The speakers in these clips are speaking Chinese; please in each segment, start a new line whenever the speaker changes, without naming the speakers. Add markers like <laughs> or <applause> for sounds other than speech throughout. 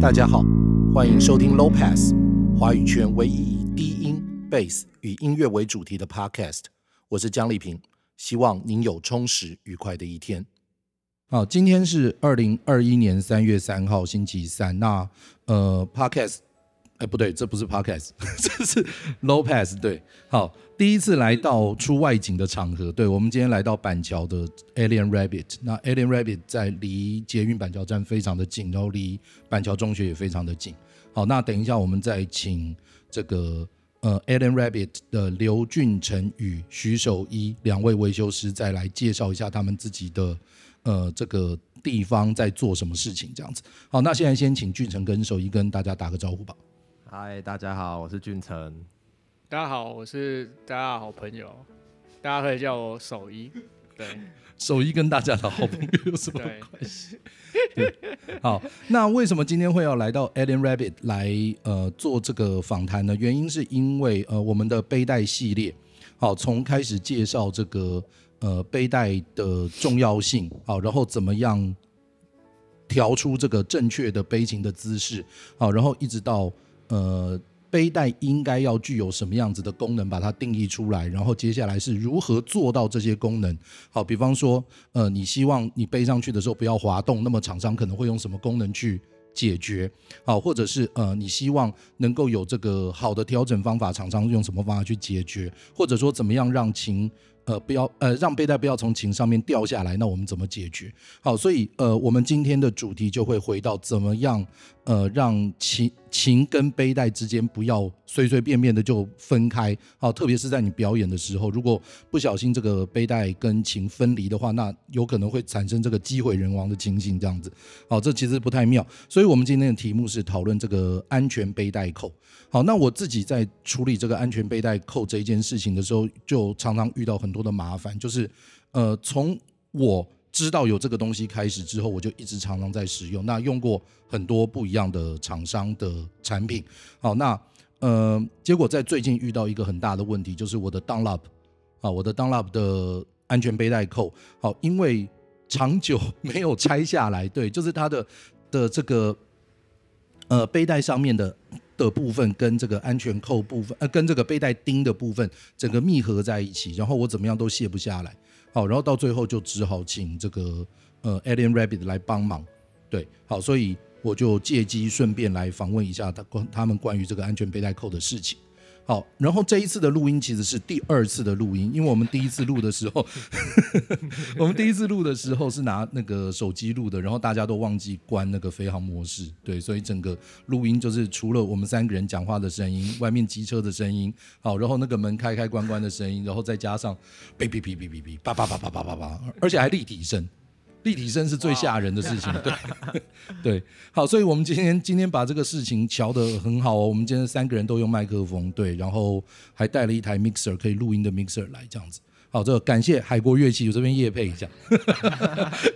大家好，欢迎收听 Low Pass，华语圈唯一以低音、bass 与音乐为主题的 Podcast。我是江丽萍，希望您有充实愉快的一天。好、啊今天是二零二一年三月三号星期三。那呃，Podcast，哎，不对，这不是 Podcast，这 <laughs> 是 Low Pass。对，好，第一次来到出外景的场合。对，我们今天来到板桥的 Alien Rabbit。那 Alien Rabbit 在离捷运板桥站非常的近，然后离板桥中学也非常的近。好，那等一下我们再请这个呃 Alien Rabbit 的刘俊成与徐守一两位维修师再来介绍一下他们自己的呃这个地方在做什么事情这样子。好，那现在先请俊成跟守一跟大家打个招呼吧。
嗨，大家好，我是俊成。
大家好，我是大家好朋友，大家可以叫我手一。
<laughs>
对
守一跟大家的好朋友有什么
对，
好，那为什么今天会要来到 Alien Rabbit 来呃做这个访谈呢？原因是因为呃我们的背带系列，好，从开始介绍这个呃背带的重要性，好，然后怎么样调出这个正确的背琴的姿势，好，然后一直到呃。背带应该要具有什么样子的功能，把它定义出来，然后接下来是如何做到这些功能。好，比方说，呃，你希望你背上去的时候不要滑动，那么厂商可能会用什么功能去解决？好，或者是呃，你希望能够有这个好的调整方法，厂商用什么方法去解决？或者说怎么样让琴呃不要呃让背带不要从琴上面掉下来？那我们怎么解决？好，所以呃，我们今天的主题就会回到怎么样呃让琴琴跟背带之间不要随随便便的就分开。好，特别是在你表演的时候，如果不小心这个背带跟琴分离的话，那有可能会产生这个机毁人亡的情形，这样子。好，这其实不太妙。所以我们今天的题目是讨论这个安全背带扣。好，那我自己在处理这个安全背带扣这一件事情的时候，就常常遇到很多的麻烦，就是呃，从我知道有这个东西开始之后，我就一直常常在使用。那用过很多不一样的厂商的产品。好，那呃，结果在最近遇到一个很大的问题，就是我的 Dunlop 啊，我的 Dunlop 的安全背带扣，好，因为长久没有拆下来，对，就是它的的这个呃背带上面的的部分跟这个安全扣部分，呃，跟这个背带钉的部分整个密合在一起，然后我怎么样都卸不下来，好，然后到最后就只好请这个呃 Alien Rabbit 来帮忙，对，好，所以我就借机顺便来访问一下他关他们关于这个安全背带扣的事情。好，然后这一次的录音其实是第二次的录音，因为我们第一次录的时候，我们第一次录的时候是拿那个手机录的，然后大家都忘记关那个飞行模式，对，所以整个录音就是除了我们三个人讲话的声音，外面机车的声音，好，然后那个门开开关关的声音，然后再加上哔哔哔哔哔哔，叭叭叭叭叭叭叭，而且还立体声，立体声是最吓人的事情，对。对，好，所以我们今天今天把这个事情瞧得很好哦。我们今天三个人都用麦克风，对，然后还带了一台 mixer 可以录音的 mixer 来这样子。好，这个感谢海国乐器，我这边夜配一下，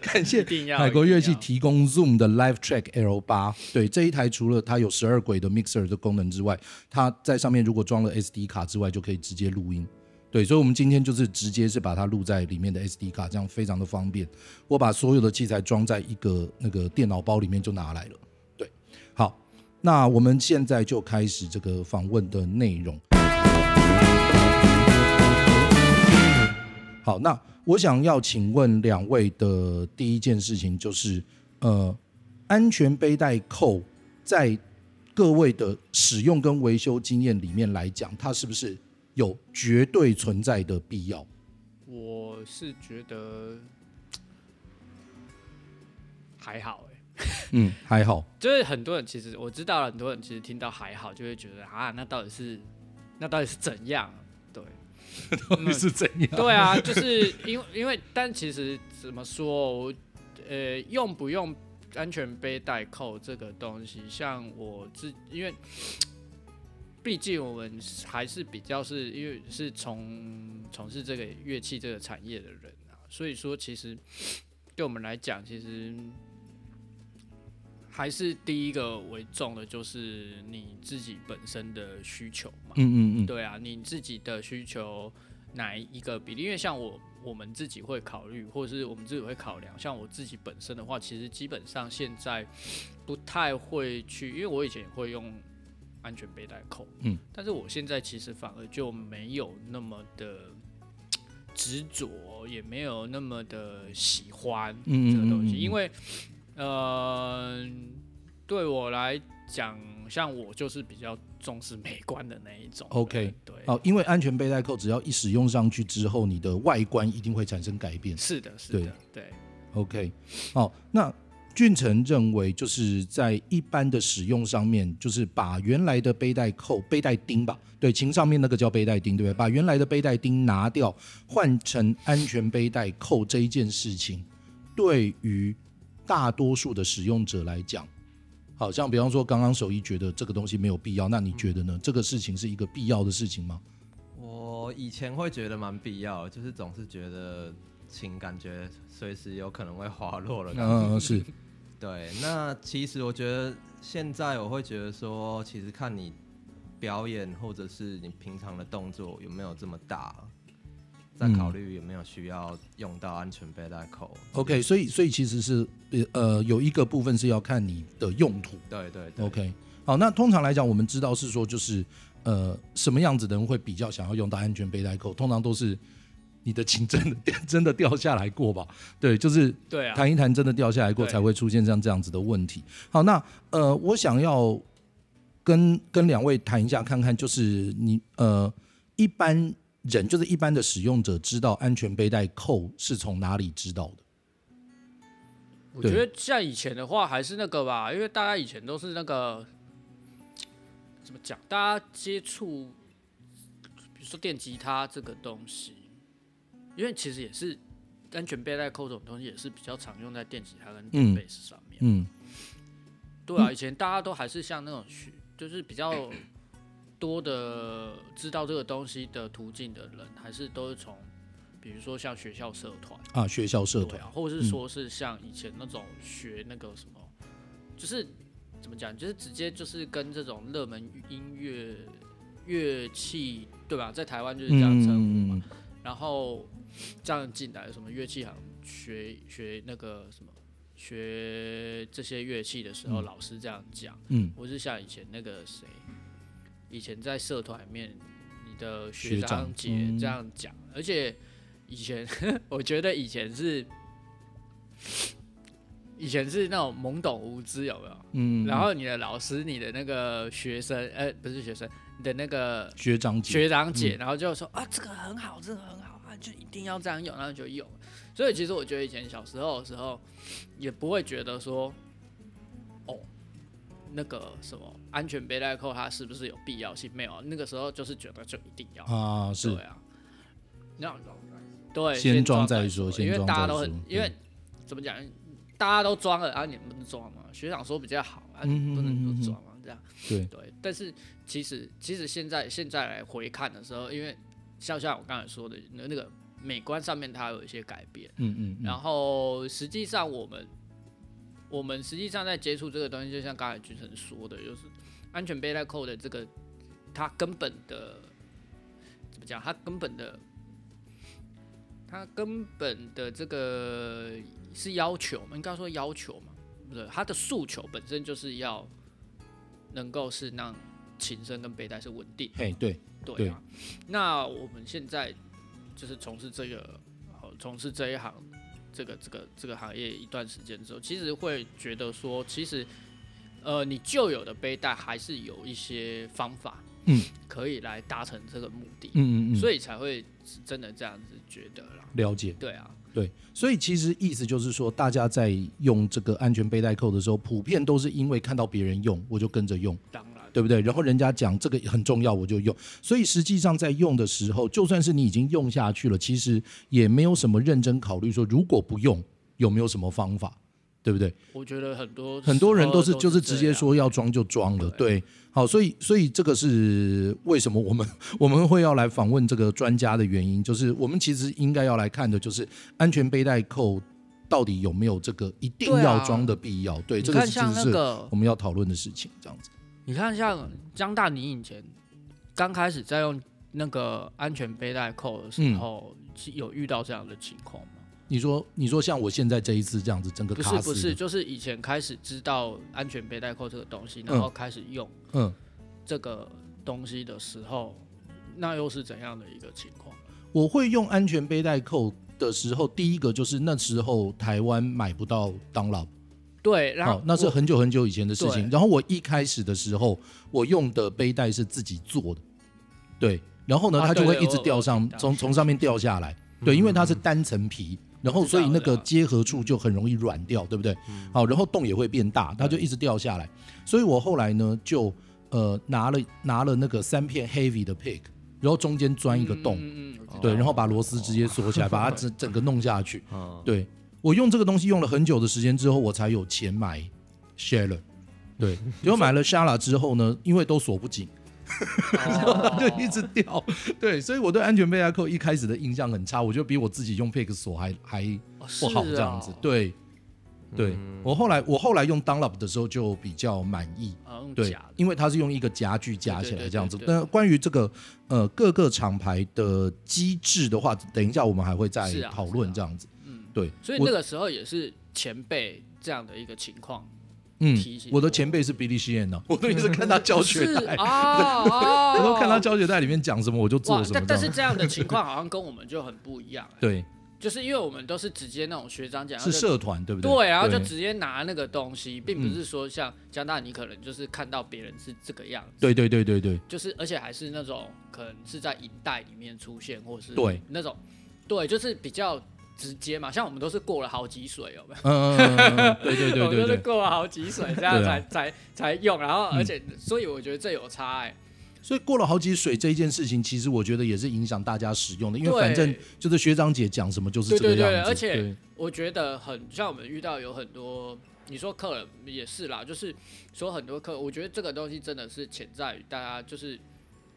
感谢
一定要
海国乐器
一定要
提供 Zoom 的 Live Track L 八。对，这一台除了它有十二轨的 mixer 的功能之外，它在上面如果装了 SD 卡之外，就可以直接录音。对，所以我们今天就是直接是把它录在里面的 SD 卡，这样非常的方便。我把所有的器材装在一个那个电脑包里面就拿来了。对，好，那我们现在就开始这个访问的内容。好，那我想要请问两位的第一件事情就是，呃，安全背带扣在各位的使用跟维修经验里面来讲，它是不是有绝对存在的必要？
我是觉得还好哎、
嗯，还好，
就是很多人其实我知道了，很多人其实听到还好就会觉得啊，那到底是那到底是怎样？对，
<laughs> 到底是怎样？
对啊，就是因为因为，但其实怎么说，我呃，用不用安全背带扣这个东西，像我自，因为毕竟我们还是比较是因为是从从事这个乐器这个产业的人啊，所以说其实对我们来讲，其实还是第一个为重的，就是你自己本身的需求嘛。
嗯嗯嗯，
对啊，你自己的需求，哪一个比例，因为像我我们自己会考虑，或者是我们自己会考量。像我自己本身的话，其实基本上现在不太会去，因为我以前也会用安全背带扣，
嗯，
但是我现在其实反而就没有那么的执着，也没有那么的喜欢
嗯
这个东
嗯
西，
嗯嗯
因为呃，对我来讲，像我就是比较重视美观的那一种人。
OK
对，
哦，因为安全背带扣只要一使用上去之后，你的外观一定会产生改变。
是的，是
对
的，对，
OK，好，那俊成认为就是在一般的使用上面，就是把原来的背带扣、背带钉吧，对，琴上面那个叫背带钉，对不对？把原来的背带钉拿掉，换成安全背带扣这一件事情，对于大多数的使用者来讲。好像比方说，刚刚手艺觉得这个东西没有必要，那你觉得呢？这个事情是一个必要的事情吗？
我以前会觉得蛮必要的，就是总是觉得琴感觉随时有可能会滑落了。
嗯、是，
对，那其实我觉得现在我会觉得说，其实看你表演或者是你平常的动作有没有这么大，再考虑有没有需要用到安全背带扣。
OK，所以所以其实是呃呃有一个部分是要看你的用途。
对对对
OK，好，那通常来讲，我们知道是说就是呃什么样子的人会比较想要用到安全背带扣，通常都是你的琴真的真的掉 <laughs> 下来过吧？对，就是
对啊，
弹一弹真的掉下来过
对
才会出现像这样子的问题。好，那呃我想要跟跟两位谈一下，看看就是你呃一般。人就是一般的使用者知道安全背带扣是从哪里知道的？
我
对
觉得像以前的话还是那个吧，因为大家以前都是那个怎么讲，大家接触，比如说电吉他这个东西，因为其实也是安全背带扣这种东西也是比较常用在电吉他跟
嗯
电贝斯上面。
嗯，
对啊，以前大家都还是像那种学，就是比较多的知道这个东西的途径的人，还是都是从，比如说像学校社团，
啊，学校社
对
团，嗯
啊，或者是说是像以前那种学那个什么，就是怎么讲，就是直接就是跟这种热门音乐乐器，对吧？在台湾就是这样称呼嘛。
嗯
然后这样进来什么乐器行学学那个什么学这些乐器的时候，老师这样讲，
嗯，
我是像以前那个谁，以前在社团里面你的
学
学
长
长姐
嗯
这样讲，而且以前 <laughs> 我觉得以前是。以前是那种懵懂无知，有没有？
嗯，
然后你的老师、你的那个学生，呃，不是学生，你的那个
学长姐，
学长姐，然后就说啊，这个很好，这个很好啊，就一定要这样用，然后就用。所以其实我觉得以前小时候的时候，也不会觉得说，哦，那个什么安全背带扣它是不是有必要性？没有，啊那个时候就是觉得就一定要，
啊，是
对啊，那对，
先装再
再
说先
因为
装
大
再
家都很
说，嗯
因为怎么讲，大家都装了啊，你们不能装嘛，学长说比较好啊，
嗯
你不
嗯
能
嗯嗯
不装嘛，这样。
对，
对，但是其实其实现在现在来回看的时候，因为像像我刚才说的那那个美观上面它有一些改变，
嗯嗯，嗯
然后实际上我们我们实际上在接触这个东西，就像刚才君晨说的，就是安全背带扣的这个它根本的怎么讲？它根本的它根本的这个是要求嘛？应该说要求嘛？不对，它的诉求本身就是要能够是让琴身跟背带是稳定的。
嘿，对，
对啊，那我们现在就是从事这个，呃从事这一行，这个这个这个行业一段时间之后，其实会觉得说，其实呃，你旧有的背带还是有一些方法，
嗯，
可以来达成这个目的，
嗯嗯嗯，
所
以
以才会是真的这样子觉得啦。
了解，
对啊，
对，所以其实意思就是说，大家在用这个安全背带扣的时候，普遍都是因为看到别人用，我就跟着用，
当然，
对不对？然后人家讲这个很重要，我就用。所以实际上在用的时候，就算是你已经用下去了，其实也没有什么认真考虑说，如果不用有没有什么方法，对不对？
我觉得很多
很多人
时候
都
哦都
是就是直接
这样，
说要装就装了，对，好，所以所以这个是为什么我们 <laughs> 我们会要来访问这个专家的原因，就是我们其实应该要来看的就是安全背带扣到底有没有这个一定
对啊
要装的必要，对，
你
这个
看
其
像
实
那
是
个
我，们要讨论的事情，这样子，
你看像江大，你以前刚开始在用那个安全背带扣的
嗯
时候，是有遇到这样的情况吗？
你说，你说像我现在这一次这样子，整个
不
卡
是
死。
不是，，就是以前开始知道安全背带扣这个东西，
嗯
然后开始用
嗯，
这个东西的时候，那又是怎样的一个情况？
我会用安全背带扣的时候，第一个就是那时候台湾买不到当劳，
对，然
好
后，
哦那是
我
很久很久以前的事情。
对
然后我一开始的时候，我用的背带是自己做的，对，然后呢，
啊
它就
对
会
对
一直
我
掉
我
上
知，道嗯
从从上面掉下来，对，因为它是单层皮。然后，
我知
所
道
以那
我
个
知道嗯
接合处就很容易软掉，对不对？好，然后洞也会变大，它就一直掉下来。所以我后来呢，就呃拿了拿了那个三片 heavy 的 pick，然后中间钻一个洞，
嗯嗯嗯，
对，然后把螺丝直接锁起来，把它
<laughs>
整整个弄下去。
嗯，
对我用这个东西用了很久的时间之后，我才有钱买 Shaler。对，
<laughs>
结果买了 Shala 之后呢，因为都锁不紧， <laughs>
哦
就一直掉。对，所以我对安全背带扣一开始的印象很差，我觉得比我自己用 Pick 锁还还
哦
不
啊
好这样子。，对，对、
嗯
我后来我后来用 Dunlop 的时候就比较满意。
哦是哦啊，用
对
假，的，
因为它是用一个夹具夹起来这样子
对。对对对
那关于这个呃各个厂牌的机制的话，等一下我们还会再
是啊
讨论
是啊
这样子。
嗯，
对，
所以
我
那个时候也是前辈这样的一个情况。
嗯
提醒，
我的
我
前辈是比利时人呢，哦 <laughs> 我都一直看他教学
<laughs> 是
带，
啊，哦
我都看 <laughs> 他教学带里面讲什么我就做
哇，
什么这
但但
样
是
子。
这样的
<laughs>
情况好像跟我们就很不一样、欸，
对，
就是因为我们都是直接那种学长讲，
是社团对不对？
对，然后就直接拿那个东西，并不是说像江大你可能就是看到别人是这个样子，
对对对对对
就是而且还是那种可能是在影带里面出现，或是
对
那种对，就是比较直接嘛，像我们都是过了好几水有没有？
嗯嗯
<laughs>
嗯，嗯对对对
我们
对
都是
对，
过了好几水这样
对
才、
啊
才才用，然后
嗯
而且、所以我觉得这有差哎、
所以过了好几水这一件事情，其实我觉得也是影响大家使用的，因为
对
反正就是学长姐讲什么就是这个
对对对
样子，
而且
对
我觉得很像我们遇到有很多，你说客人也是啦，就是说很多客人，我觉得这个东西真的是潜在于大家就是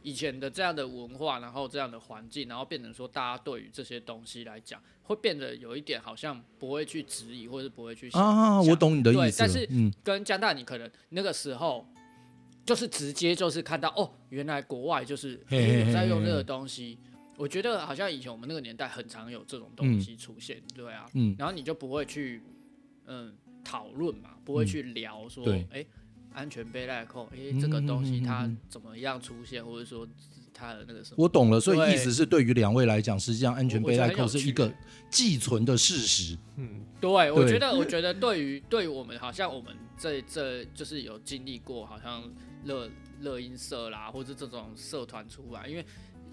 以前的这样的文化，然后这样的环境，然后变成说大家对于这些东西来讲，会变得有一点好像不会去质疑，或是不会去想。
啊，我懂你的意思
对
了，
但是
嗯，
跟加拿大，你可能那个时候就是直接就是看到哦，原来国外就是
嘿嘿嘿
诶有在用这个东西。我觉得好像以前我们那个年代很常有这种东西出现，对啊，
嗯
然后你就不会去嗯讨论嘛，不会去聊说，
嗯对
哎、安全背带扣，哎、
嗯
这个东
嗯
西
嗯嗯
它
嗯
怎么样出现，或者说它的那个什么，
我懂了，所以
对
意思是对于两位来讲，实际上安全背带扣是一
我
个
觉得
寄存的事实。
对我
对
觉得，我觉得对于对于我们好像我们这这就是有经历过，好像乐乐音社啦，或者这种社团出来，因为。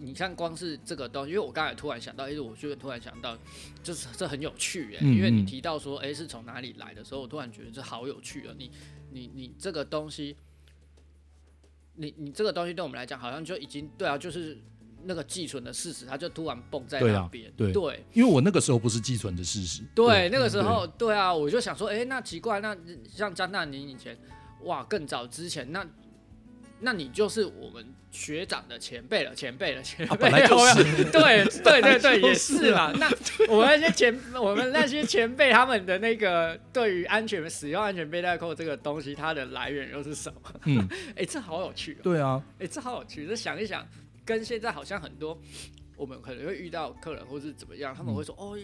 你看，光是这个东西，因为我刚才突然想到，哎、我就突然想到，就是这很有趣哎、
嗯
因为你
嗯
提到说，哎、是从哪里来的时候，我突然觉得这好有趣啊！你你你这个东西，你你这个东西对我们来讲，好像就已经对啊，就是那个寄存的事实，它就突然蹦在
对啊
那边、
对
对，
因为我那个时候不是寄存的事实。
对，
嗯
那个时候，对啊，我就想说，哎，那奇怪，那像江大宁以前，哇，更早之前，那那你就是我们学长的前辈了，前辈了，前
啊
辈了，
本来就是
有没
<laughs>
有对对对对，
就
也
是啊
是啦。那我们那些前，我们那些前辈他们的那个对于安全使用安全背带扣这个东西，它的来源又是什么？ <laughs>
嗯，
哎，这好有趣哦。
对啊，
哎、这好有趣！这想一想，跟现在好像很多我们可能会遇到客人或是怎么样，
嗯
他们会说：“哦，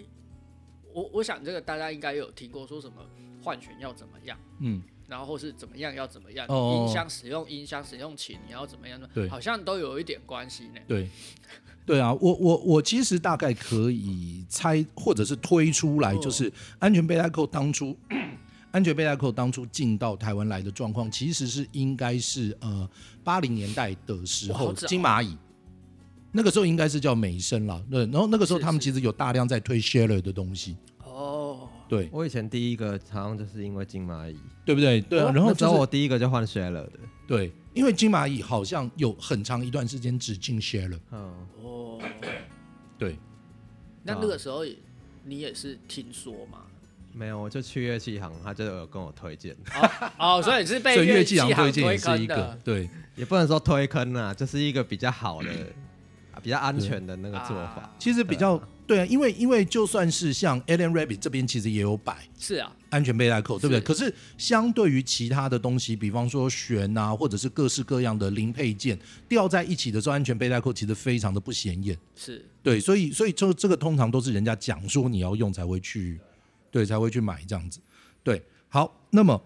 我我想这个大家应该有听过，说什么换弦要怎么样，
嗯，
然后或是怎么样要怎么样，
哦
音箱使用音箱使用琴你要怎么样呢？
对
好像都有一点关系呢。
对，对啊，我我我其实大概可以猜，或者是推出来，
哦
就是安全背带扣当初。安全背带扣当初进到台湾来的状况，其实是应该是呃八零年代的时
哇
候，
好早啊
金蚂蚁那个时候应该是叫美声啦。那然后那个时候
是
他们
是
其实有大量在推 Sharer 的东西，
哦，
对
我以前第一个好像就是因为金蚂蚁，哦
对不对？对啊，然后
那时
之
候
后。
我第一个就换 Shaler 的，
对，因为金蚂蚁好像有很长一段时间只进 share 了。
嗯，
哦，
对，啊
那那个时候也你也是听说嘛？
没有，我就去乐器行，他就有跟我推荐，
<laughs>
<laughs>
哦，所以你是
所
被
以乐
器
行
行
推荐也是
坑
一
的
个。对，
也不能说推坑啊，就是一个比较好的比较安全的那个做法
啊。
其实比较对啊，因为因为就算是像 Alien Rabbit 这边其实也有摆
是啊，
安全背带扣，对不对？
是
可是相对于其他的东西，比方说悬啊，或者是各式各样的零配件吊在一起的时候，安全背带扣其实非常的不显眼。
是
对，所以所以就这个通常都是人家讲说你要用才会去，对，才会去买这样子。对，好，那么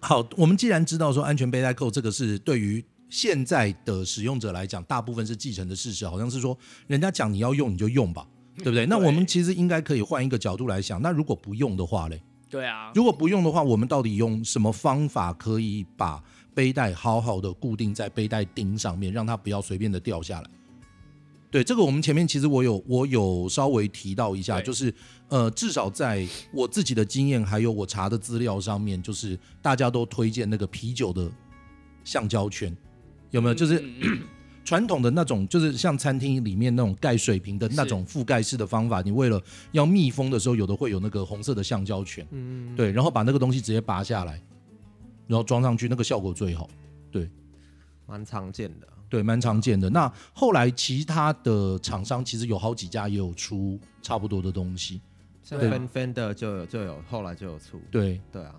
好，我们既然知道说安全背带扣这个是对于现在的使用者来讲，大部分是继承的事实，好像是说人家讲你要用你就用吧，对不对？那我们其实应该可以换一个角度来想，那如果不用的话嘞，
对啊，
如果不用的话，我们到底用什么方法可以把背带好好的固定在背带钉上面，让它不要随便的掉下来？对，这个我们前面其实我有我有稍微提到一下，
对
就是呃，至少在我自己的经验还有我查的资料上面，就是大家都推荐那个啤酒的橡胶圈，有没有？呃就是
嗯嗯嗯
传统的那种，就是像餐厅里面那种盖水瓶的那种覆盖式的方法，你为了要密封的时候，有的会有那个红色的橡胶圈，
嗯，
对，然后把那个东西直接拔下来，然后装上去，那个效果最好。
蛮常见的。
对，蛮常见的。那后来其他的厂商其实有好几家也有出差不多的东西。
像
啊
对
Fen Fender 就有就有，后来就有出。
对，
对啊，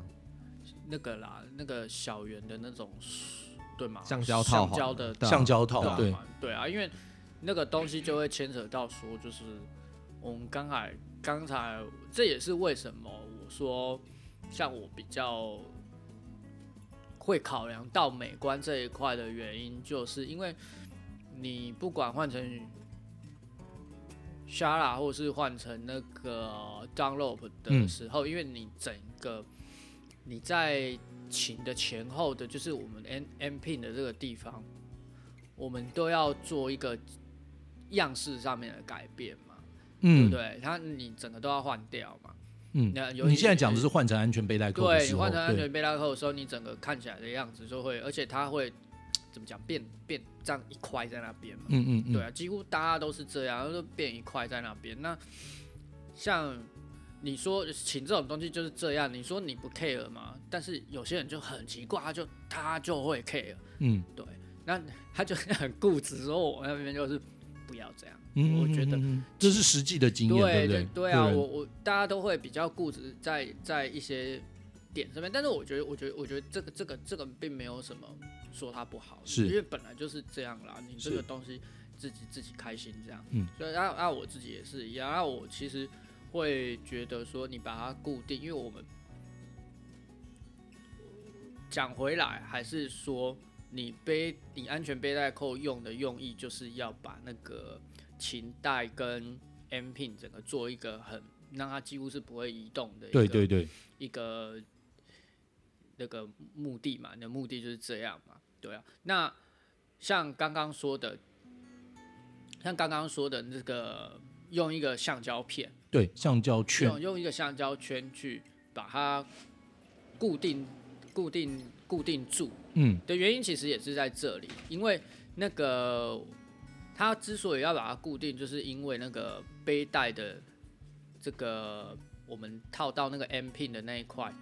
那个啦，那个小圆的那种，对吗？
橡胶套
橡
环
胶的
对啊
橡胶套，
对
对
啊，对啊，因为那个东西就会牵扯到说，就是我们刚才刚才这也是为什么我说像我比较会考量到美观这一块的原因，就是因为你不管换成 Shara 或是换成那个 Dunlop 的
嗯
时候，因为你整个你在琴的前后的，就是我们 M M pin 的这个地方，我们都要做一个样式上面的改变嘛，对
嗯
不对？它你整个都要换掉嘛。
嗯
那。尤其
你现在讲的是换成安全背带扣的
对你
时候，
换成安
对
全背带扣的时候，你整个看起来的样子就会，而且它会怎么讲变变这样一块在那边嘛。
嗯嗯嗯，
对啊，几乎大家都是这样，都变一块在那边。那像你说请这种东西就是这样，你说你不 care 嘛？但是有些人就很奇怪，他就他就会 care，
嗯
对，那他就 <laughs> 很固执，说我那边就是不要这样。
嗯，
我觉得
嗯嗯嗯这是实际的经验，对不
对
对
啊，
个人
我我大家都会比较固执在在一些点上面，但是我觉得，我觉得，我觉得这个这个这个并没有什么说它不好，
是
因为本来就是这样啦，你这
是
个东西自己自己开心这样，
嗯，
所以那那我自己也是一样，那我其实会觉得说你把它固定，因为我们讲回来还是说。你背你安全背带扣用的用意，就是要把那个琴带跟 M pin 整个做一个很让它几乎是不会移动的一个
对对对，
一个那个目的嘛，你的目的就是这样嘛，对啊。那像刚刚说的，像刚刚说的那个用一个橡胶片，
对橡胶圈
用，用一个橡胶圈去把它固定、固定、固定住，
嗯
的原因其实也是在这里，因为那个它之所以要把它固定，就是因为那个背带的这个我们套到那个 M pin 的那一块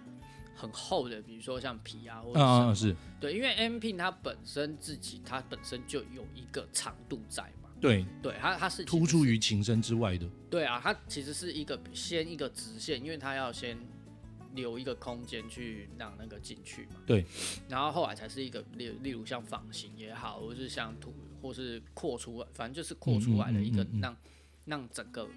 很厚的，比如说像皮啊或者
啊啊啊
是、
是，
对，因为 M pin 它本身自己它本身就有一个长度在嘛，
对，
对，它它是
突出于琴声之外的，
对啊，它其实是一个先一个直线，因为它要先留一个空间去让那个进去嘛。
对。
然后后来才是一个，例例如像仿型也好，或是像图，或是扩出来，反正就是扩出来的一
嗯
个
嗯嗯嗯嗯
让、让整个哦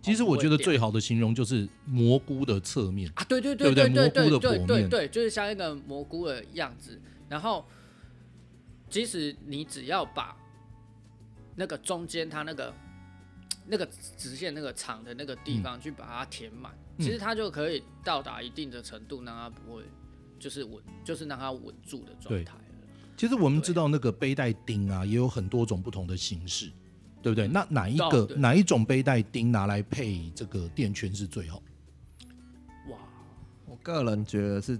其实我觉得最好的形容就是蘑菇的侧面，
啊，对对
对不
对
对
对
蘑
对
菇的
对
薄
对
面
对，就是像一个蘑菇的样子。然后，即使你只要把那个中间它那个那个直线那个长的那个地方去把它填满，
嗯
其实它就可以到达一定的程度，让它不会就是稳，就是让它稳住的状
对
态了。
其实我们
对
知道那个背带钉啊，也有很多种不同的形式，对不对？那哪一
哦
个
对
哪一种背带钉拿来配这个垫圈是最好？
哇，
我个人觉得是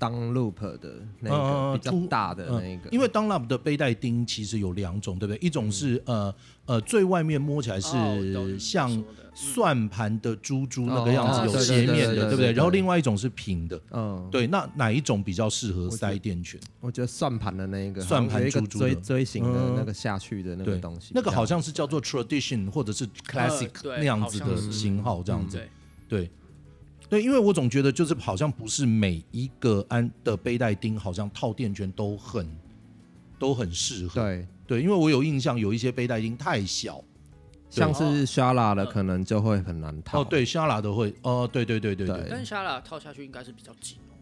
当 loop 的那
呃
个比
出
较大的那个，
因为 Dunlop 的背带钉其实有两种，对不对？一种是、呃呃最外面摸起来
嗯哦我懂你
是像
说的嗯
算盘的珠珠那个
哦
样子，
哦
有
对
斜
对对
面
对
的，
对
对不对？
对
然后另外一种是平的，
嗯，
对。那哪一种比较适合塞垫拳？
我觉得算盘的那一个，
算盘
好像有一个
猪猪的
锥锥形的
嗯
那个下去的那个
对
东西，
那个好
这样
像是叫做 tradition 或者是 classic
对
那样子
好
的
像是嗯
型号，这样子。
对，
对，对，因为我总觉得就是好像不是每一个安的背带钉，好像套垫圈都很都很适合。
对，
对，因为我有印象，有一些背带钉太小。哦
像是
哦
Shala 的
嗯
可能就会很难套。
哦，，对，香拉的会，哦，对对对对
对
对，
但沙拉套下去应该是比较紧哦，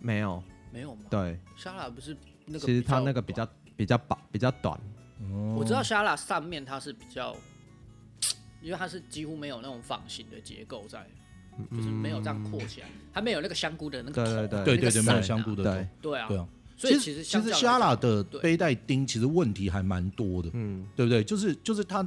没有，
没有吗？
对，
沙拉不是那个，
其实它那个比较，比较薄比较短，
我知道沙拉上面它是比较，因为它是几乎没有那种仿型的结构在，就是没有这样扩起来，它没有那个香菇的那个头
嗯
对
啊，
对
那个
对对，没有
伞
香
啊
菇的
对
头，
对啊，
对啊。
所以
其
实
其
相
实
较来
香拉
讲
的
对
背带钉其实问题还蛮多的，
嗯，
对不对？就是就是它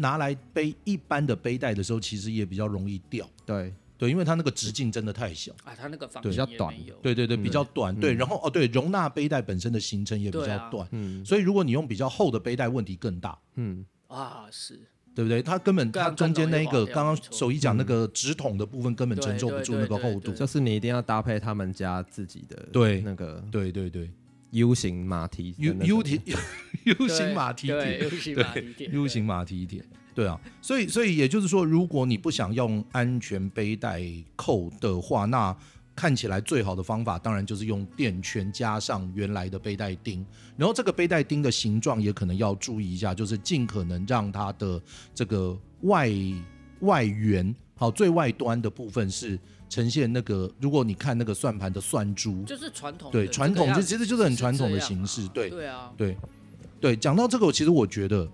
拿来背一般的背带的时候，其实也比较容易掉，
对，
对，因为它那个直径真的太小。
啊，它那个仿
对
型
比较
也
短
没有，
对对对，比较短，对，
嗯
然后哦对，容纳背带本身的行程也比
对
较
啊
短，
嗯
所以如果你用比较厚的背带，问题更大，
嗯，
啊，是
对不对？它根本
对啊
它中间那一
更
个
容易滑掉
刚刚
没错
手一讲那个直筒的部分根本承受不住那个厚度
对，
就是你一定要搭配他们家自己的
对
那个
对对对
U 型马蹄的
，U
那种
U 体 U 型马蹄铁
对，U 型马蹄铁
，U 型马蹄铁，对啊，所以所以也就是说，如果你不想用安全背带扣的话，那看起来最好的方法当然就是用垫圈加上原来的背带钉，然后这个背带钉的形状也可能要注意一下，就是尽可能让它的这个外外缘，好最外端的部分是呈现那个，如果你看那个算盘的算珠，
就是传统
对
的
传
这个
统
样
就
子
其实就是很传统的
这样
形
啊
式，对
对啊，
对，对，讲到这个，其实我觉得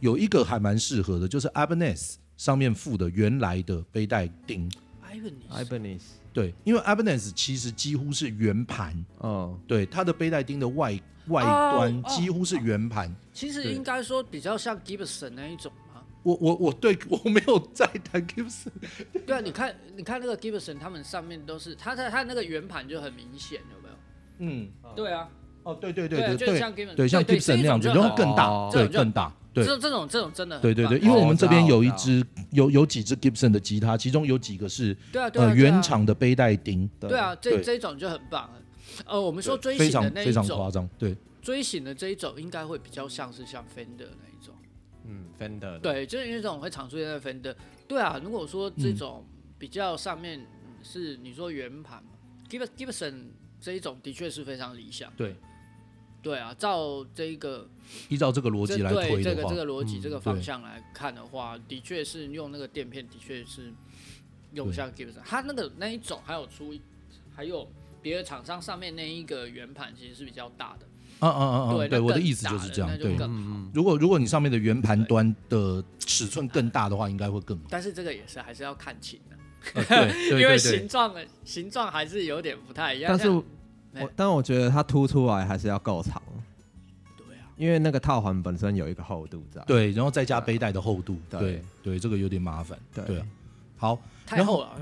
有一个还蛮适合的，就是 Ibanez 上面附的原来的背带钉。哎
Ibanez
Ibanez，
对，因为 Ibanez 其实几乎是圆盘，
哦，
对，它的背带钉的外外
哦
端几乎是圆盘。
其
对
实应该说比较像 Gibson 那一种嘛。
我我我对我没有在谈 Gibson， <laughs>
对啊，你看你看那个 Gibson，他们上面都是它它它那个圆盘就很明显，有没有？
嗯，
对啊，
哦，对对对
对啊
对
就是
对
像 Gibson
对，像
对对
Gibson 那样子，
这
然
一种就
后更大，
哦
对，
这种就
更大，
这
对。
种这种这种真的很
对对对，
棒
因为我们这边
哦
有
我
一
知道
支有有几支 Gibson 的吉他，其中有几个是
对啊对啊
呃
对啊
原厂的背带钉，
对啊，这
对
这一种就很棒。呃，我们说锥
非
形的
常
那
非
一
常
种，
夸张，对。
锥形的这一种应该会比较像是像 Fender 那一种。
嗯，Fender，的，
对，就是那种会常出现在 Fender。对啊，如果说
嗯
这种比较上面嗯是你说圆盘嘛，Gibson Gibson 这一种的确是非常理想。
对，
对啊，照这一个
依照这个逻
这
辑来推
对这
的
个
话，
这个逻辑、
嗯
这个方
对
向来看的话，的确是用那个垫片，的确是用
对
像 Gibson，它那个那一种还有出，还有别的厂商上面那一个圆盘其实是比较大的。
啊啊啊啊，
对
对，
那
我的
更
意思
大
就是
了
这样。
那就
对，
更
嗯，
如果如果你上面的圆盘端的尺寸更大的话，应该会
<laughs>
更好。
但是这个也是还是要看琴的、
呃对对
因
对
为
对
形状的形状还是有点不太一样。
但是
像
我
哎
但我觉得它凸出来还是要够长，
对啊，
因为那个套环本身有一个厚度在。
对，然后再加背带的厚度，
对
对对，这个有点麻烦。
对
对啊，好，
太
然后
厚了。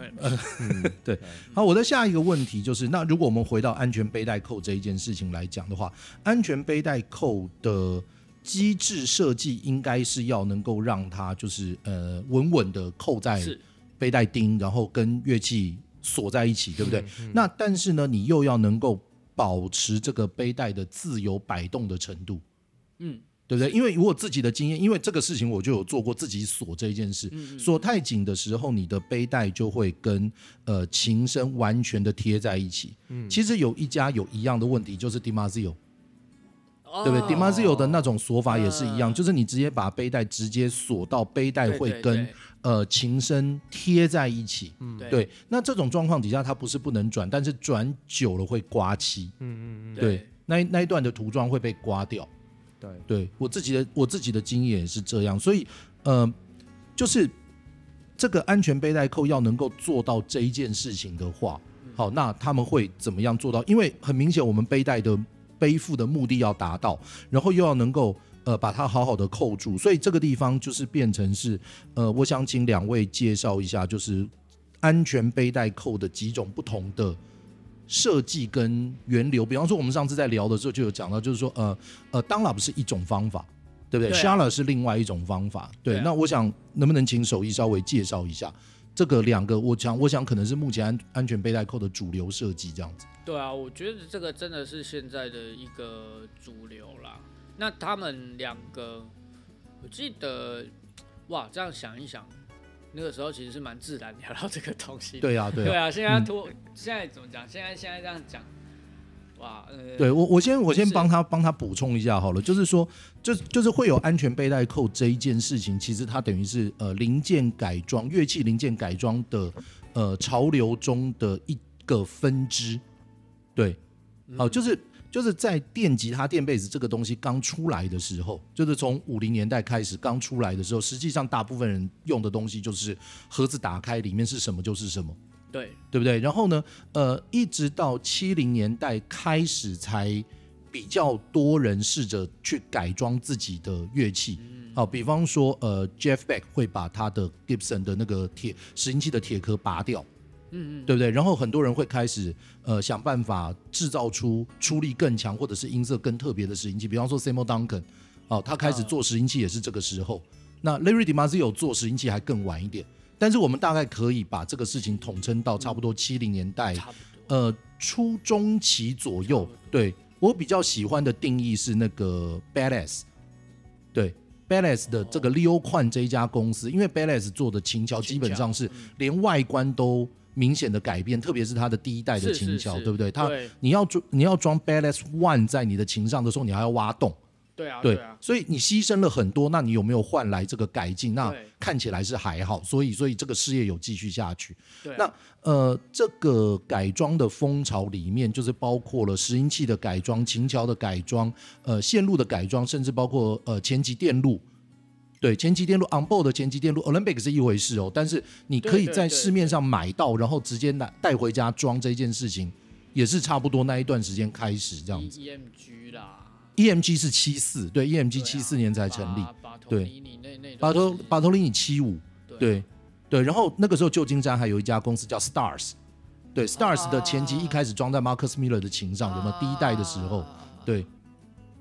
<laughs>
对
嗯，
好，我的下一个问题就是，那如果我们回到安全背带扣这一件事情来讲的话，安全背带扣的机制设计应该是要能够让它就是呃稳稳的扣在
哎是
背带钉，然后跟乐器锁在一起，对不对？
嗯
那但是呢，你又要能够保持这个背带的自由摆动的程度，
嗯，
对不对？因为我自己的经验，因为这个事情我就有做过自己锁这一件事，
嗯
锁太紧的时候，你的背带就会跟呃琴身完全的贴在一起。
嗯
其实有一家有一样的问题，就是 Dimazio，、
哦
哎对不对？Dimazio 的那种锁法也是一样，
嗯
就是你直接把背带直接锁到背带
对
会
对
跟
对
呃琴身贴在一起。
对
对，那这种状况底下，它不是不能转，但是转久了会刮漆，对，那一那一段的涂装会被刮掉。
对，
<laughs>
对我自己的我自己的经验也是这样，所以呃，就是这个安全背带扣要能够做到这一件事情的话，好，那他们会怎么样做到？因为很明显，我们背带的背负的目的要达到，然后又要能够。呃，把它好好的扣住，所以这个地方就是变成是，呃，我想请两位介绍一下，就是安全背带扣的几种不同的设计跟源流，比方说我们上次在聊的时候就有讲到，就是说呃呃，当 lab 是一种方法，对不对
对啊
s h a l a 是另外一种方法。对，
对啊
那我想能不能请手艺稍微介绍一下这个两个？我想我想可能是目前安安全背带扣的主流设计这样子。
对啊，我觉得这个真的是现在的一个主流啦。那他们两个，我记得，哇，这样想一想，那个时候其实是蛮自然聊到这个东西的。
对啊，对
对
啊。
啊，现在
嗯
突、现在怎么讲？现在现在这样讲，哇，呃，
对我，我先我先
是
帮他帮他补充一下好了，就是说，就就是会有安全背带扣这一件事情，其实它等于是呃零件改装、乐器零件改装的呃潮流中的一个分支，对，哦、就是就是在电吉他、电贝斯这个东西刚出来的时候，就是从五零年代开始刚出来的时候，实际上大部分人用的东西就是盒子打开，里面是什么就是什么。
对
对不对？然后呢，呃，一直到七零年代开始才比较多人试着去改装自己的乐器。好、比方说，呃，Jeff Beck 会把他的 Gibson 的那个铁拾音器的铁壳拔掉，嗯嗯，对不对？然后很多人会开始呃想办法制造出出力更强或者是音色更特别的拾音器，比方说 Samuel Duncan，哦，他开始做拾音器也是这个时候。那 Larry DiMarzio 做拾音器还更晚一点，但是我们大概可以把这个事情统称到差不多七零年代，
嗯差不多。
呃，初中期左右。对我比较喜欢的定义是那个 Badass，对 Badass 的这个
哦
Leo Kwan 这一家公司，因为 Badass 做的琴桥基本上是
嗯
连外观都明显的改变，特别是它的第一代的
是是
琴桥，
是
对不对？它
对
你要装你要装 Badass One 在你的琴上的时候，你还要挖洞。
对啊，
对，
啊，
所以你牺牲了很多，那你有没有换来这个改进？那
对
看起来是还好，所以所以这个事业有继续下去。
对啊，
那呃，这个改装的风潮里面，就是包括了拾音器的改装、琴桥的改装、呃线路的改装，甚至包括呃前级电路。对前级电路 on board 的前级电路 Olympic 是一回事哦，但是你可以
对对
在
对
市面上买到，然后直接拿带回家装这件事情，也是差不多那一段时间开始这样子。
E M G 啦，
EMG 是七四，对
对
，EMG
啊
，E 七四年才成立，，
巴托
对
尼尼那那
巴
段
托
时间
巴托利尼七五，
对啊
对对，然后那个时候旧金山还有一家公司叫 Stars，对 Stars
啊
的前级一开始装在 Marcus Miller 的琴上，有没有第一代的时候？
啊
对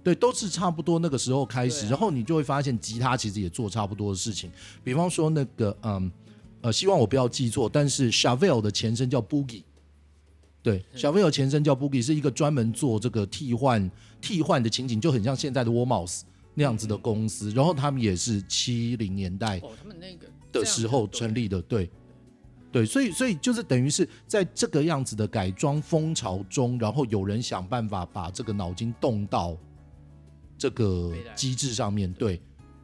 对，都是差不多那个时候开始，
对啊
然后你就会发现吉他其实也做差不多的事情，比方说那个嗯呃，希望我不要记错，但是 Shavel 的前身叫 Boogie。对，
嗯
小 v 尔前身叫 Boogie，是一个专门做这个替换替换的情景，就很像现在的 w a r m o u s e 那样子
嗯
的公司。然后他们也是七零年代
哦，他们那个
哎的时
啊
候成，立的，对，对，所以所以就是等于是在这个样子的改装风潮中，然后有人想办法把这个脑筋动到这个
未来
机制上面，对，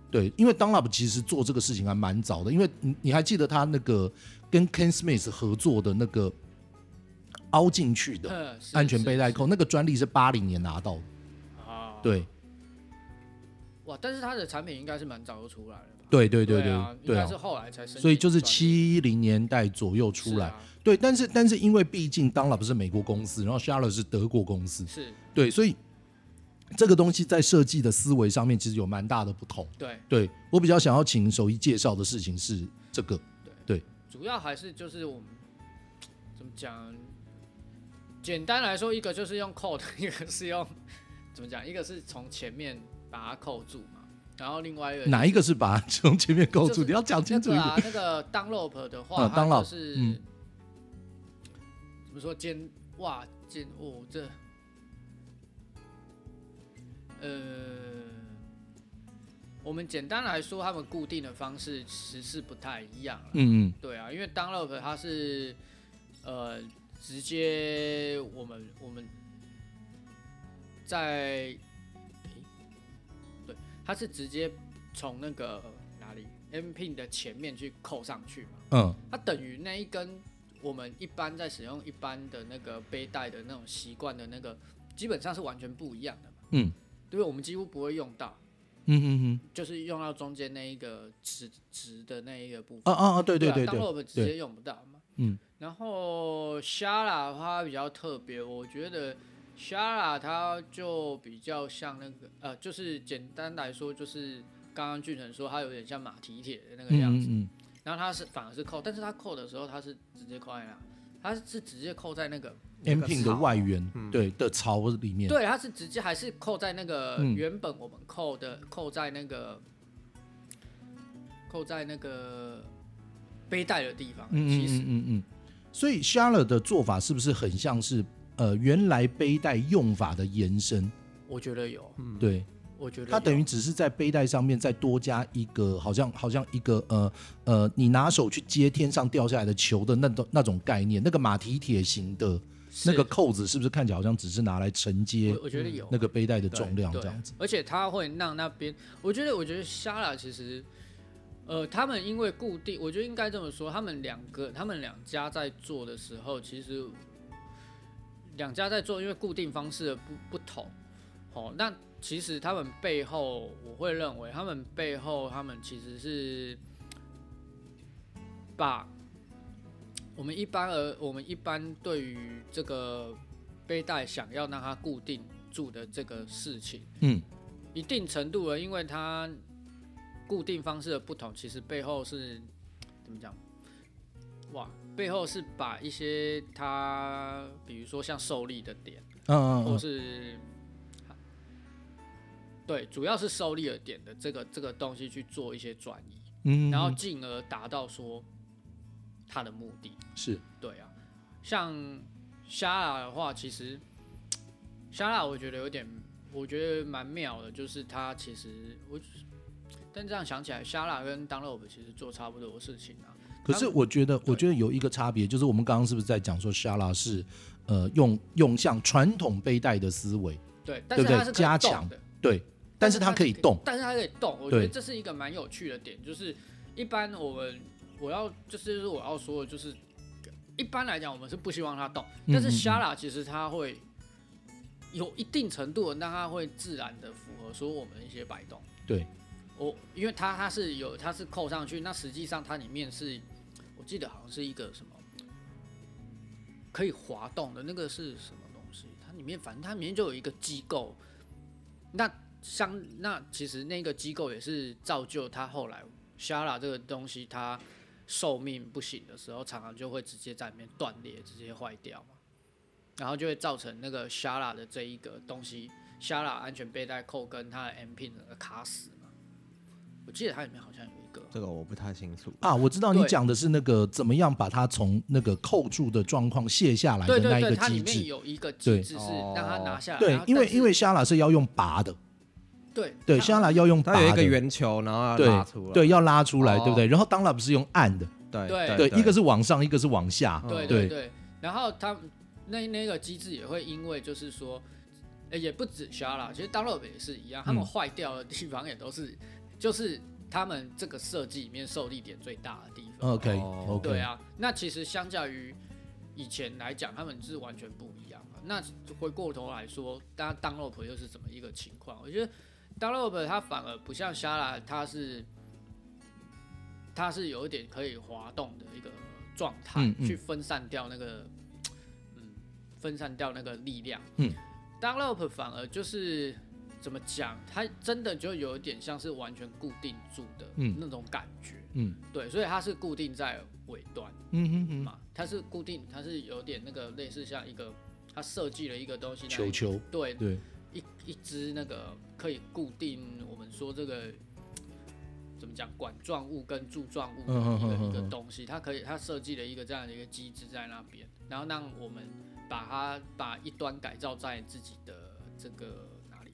对，因为 Dunlop 其实做这个事情还蛮早的，因为你你还记得他那个跟 Ken Smith 合作的那个凹进去
这
的哦
样嗯是
安全背带
是
扣，那个专利是八零年拿到的，
是啊，
对，
哇，但是它的产品应该是蛮早就出来了吧？
对对对
对
对
啊应
对
该
啊
是，后来才申请专利，
所以就是七零年代左右出
是
来。
啊，
对，但是但是因为毕竟 Dunlop 是美国公司，然后 Schaller 是德国公司，
是，
对，所以这个东西在设计的思维上面其实有蛮大的不同。
对，
对我比较想要请手艺介绍的事情是这个，
主要还是就是我们怎么讲？简单来说，一个就是用扣的， <laughs> 一个是用怎么讲？一个是从前面把它扣住嘛，然后另外一个
哪一个是把它 <laughs> 从前面构
就
筑？
是
你要讲
那
清楚一
个
点。
啊，那个 download 的话，
啊
它
Dunlop，
就是、
嗯
怎么说坚哇坚哦这呃，我们简单来说，他们固定的方式实是不太一样了。
嗯嗯，
对啊，因为 download 它是呃直接我们我们在诶对，它是直接从那个呃哪里 M pin 的前面去扣上去嘛，
嗯，
它等于那一根我们一般在使用一般的那个背带的那种习惯的那个，基本上是完全不一样的嘛。
嗯，
对，我们几乎不会用到，
嗯嗯
就是用到中间那一个直直的那一个部分。
嗯，啊啊啊，对对对
当
对
然，我们直接用不到嘛。
嗯，
然后虾啦，它比较特别，我觉得虾啦它就比较像那个呃，就是简单来说，就是刚刚俊成说它有点像马蹄铁的那个
嗯
样
嗯
子，
嗯，
然后它是反而是扣，但是它扣的时候它是直接扣在那，它是直接扣在那个，
M pin 的外缘，
嗯
对的槽里面，
对，它是直接还是扣在那个呃
嗯
原本我们扣的，扣在那个
嗯
扣在那个背带的地方。
嗯嗯
其
嗯
实
嗯嗯。所以 s h a l a 的做法是不是很像是呃原来背带用法的延伸？
我觉得有，
嗯，
对，
我觉得
它等于
有
只是在背带上面再多加一个，好像好像一个呃呃，你拿手去接天上掉下来的球的那种那种概念，那个马蹄铁型的那个
是
扣子是不是看起来好像只是拿来承接
我我觉得有
那个背带的重量
对
这样子？，
而且它会让那边，我觉得，我觉得 s h 哦其实，呃，他们因为固定，我觉得应该这么说，他们两个，他们两家在做的时候，其实两家在做，因为固定方式的不不同，哦，那其实他们背后，我会认为他们背后，他们其实是把我们一般而我们一般对于这个背带想要让它固定住的这个事情，
嗯，
一定程度了，因为它固定方式的不同，其实背后是怎么讲？哇，背后是把一些它，比如说像受力的点，
嗯
或
嗯
是对，主要是受力的点的这个这个东西去做一些转移，
嗯，
然后进而达到说它的目的。
是
对啊，像沙拉的话，其实沙拉我觉得有点，我觉得蛮妙的，就是它其实我，但这样想起来，沙拉跟 Dunlop 其实做差不多的事情啊。
可是我觉得，
对
我觉得有一个差别，就是我们刚刚是不是在讲说 s h a l a 是呃用用像传统背带的思维，
对，
对
但是
不对
它是可以
加
动
强
的，
对，但是它可以动，
但是它可以动，我觉
对
得这是一个蛮有趣的点，就是一般我们我要就是我要说的就是，一般来讲我们是不希望它动，
嗯
但是
嗯嗯
s h a l a 其实它会有一定程度的，让它会自然的符合说我们一些摆动。
对，
我因为它它是有它是扣上去，那实际上它里面是，我记得好像是一个什么可以滑动的那个是什么东西？它里面反正它里面就有一个机构，那相那其实那个机构也是造就它后来 s h a l a 这个东西它寿命不行的时候，常常就会直接在里面断裂，直接坏掉嘛，然后就会造成那个 s h a l a 的这一个东西 s h a l a 安全背带扣跟它的 M pin 整个卡死嘛。我记得它里面好像有一个，
这个我不太清楚。
啊，我知道你
对
讲的是那个怎么样把它从那个扣住的状况卸下来的
对
那一
对对，
个
它里
机
面
制。
有一个机
对
制是让它拿下来。
对
然后，
因为
但是
因为 s h a l a 是要用拔的，
对
对
它
s h a l a 要用拔
它有一
的，
个圆球，然后要
对
拉出来。
对，要拉出来，
哦
对不对？然后当然不是用按的，
对
对
对，一个是往上，一个是往下，
对
嗯
对
对
对，然后他们那那个机制也会因为就是说，呃也不止 s h a l a 其实 d u n l o p 也是一样，他们
嗯
坏掉的地方也都是，就是他们这个设计里面受力点最大的地方。
OK
哦
OK，
对啊，那其实相较于以前来讲，他们是完全不一样嘛。那回过头来说，当 d u n l o p 又是怎么一个情况？我觉得 d u n l o p 它反而不像 s h a l a 它是它是有一点可以滑动的一个状态，
嗯嗯
去分散掉那个，嗯，分散掉那个力量。
嗯
d u n l o p 反而就是怎么讲，它真的就有一点像是完全固定住的
嗯
那种感觉。
嗯
对，所以它是固定在尾端
嗯嗯嗯，
嘛，它是固定，它是有点那个类似像一个，它设计了一个东西，
球，球，
对，
对，
一一只那个可以固定我们说这个怎么讲管状物跟柱状物的
嗯哼
一个、
哼哼
一个
哼
东西，它可以它设计了一个这样的一个机制在那边，然后让我们把它把一端改造在自己的这个哪里，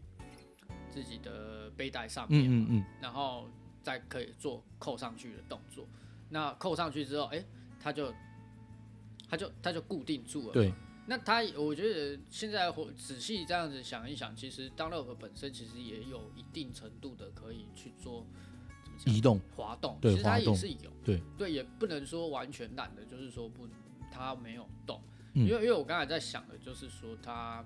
自己的背带上面嘛
嗯嗯嗯，
然后再可以做扣上去的动作。那扣上去之后，哎、它就它就它就固定住了。
对。
那它，我觉得现在回仔细这样子想一想，其实 Dunlop 本身其实也有一定程度的可以去做怎么讲
移动，
滑动，
对
其实它
滑
也
动
是有，
对
对，也不能说完全懒的，就是说不它没有动，
嗯
因为因为我刚才在想的就是说它，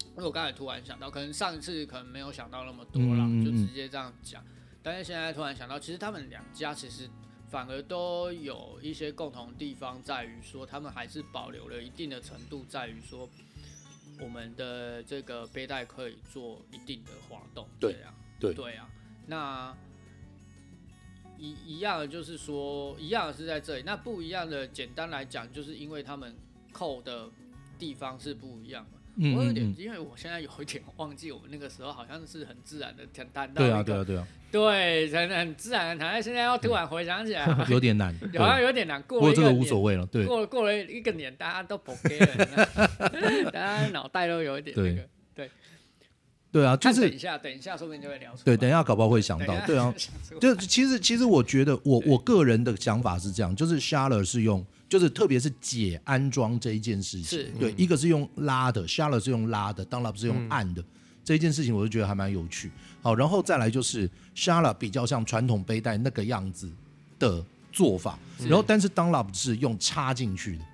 因为我刚才突然想到，可能上一次可能没有想到那么多啦，
嗯嗯嗯
就直接这样讲，但是现在突然想到，其实他们两家其实反而都有一些共同地方，在于说他们还是保留了一定的程度，在于说我们的这个背带可以做一定的滑动，
对
这样
对
对啊。那啊一一样的就是说一样的是在这里，那不一样的，简单来讲，就是因为他们扣的地方是不一样嘛。
嗯
我有
嗯
点，
嗯，
因为我现在有一点忘记，我们那个时候好像是很自然的谈谈到
对啊
一
对
个
啊对啊，
对，很很自然的谈，但现在要突然回想
<laughs>
起来，好
有点难，
像
对，
哎有点难
不
过。
过这个无所谓了，对，
过了过了一个年，大家都不 OK 了，
<laughs>
大家脑袋都有一点那个。
对啊，就
看等
是
一下，等一下，说不定就会聊出来。
对，等一下搞不好会想到
等一，下
对啊，，
<laughs> 想出来
就其实其实我觉得我
对
我个人的想法是这样，就是 Shutter 是用，就是特别是解安装这一件事
是嗯
情，对，一个是用拉的，Shutter 是用拉的 d u n l o p 是用按的。这一件事情我就觉得还蛮有趣，好，然后再来就是 s h a l a 比较像传统背带那个样子的做法，然后但是 Dunlop 是用插进去的，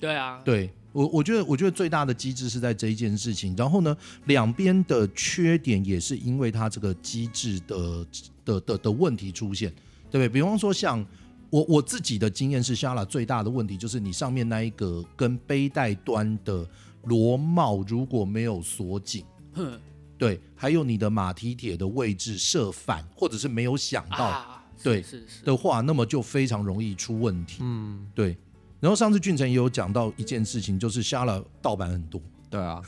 对啊，
对我，我觉得我觉得最大的机制是在这一件事情。然后呢，两边的缺点也是因为它这个机制的的的的问题出现，对不对？比方说像。我我自己的经验是 s h a l a 最大的问题就是你上面那一个跟背带端的螺帽如果没有锁紧，
<laughs> 哼
对，还有你的马蹄铁的位置设反或者是没有想到，
啊，是
对
是是，
的话，那么就非常容易出问题。
嗯，
对，然后上次俊成也有讲到一件事情，就是 s h a l a 盗版很多，<laughs>
对啊，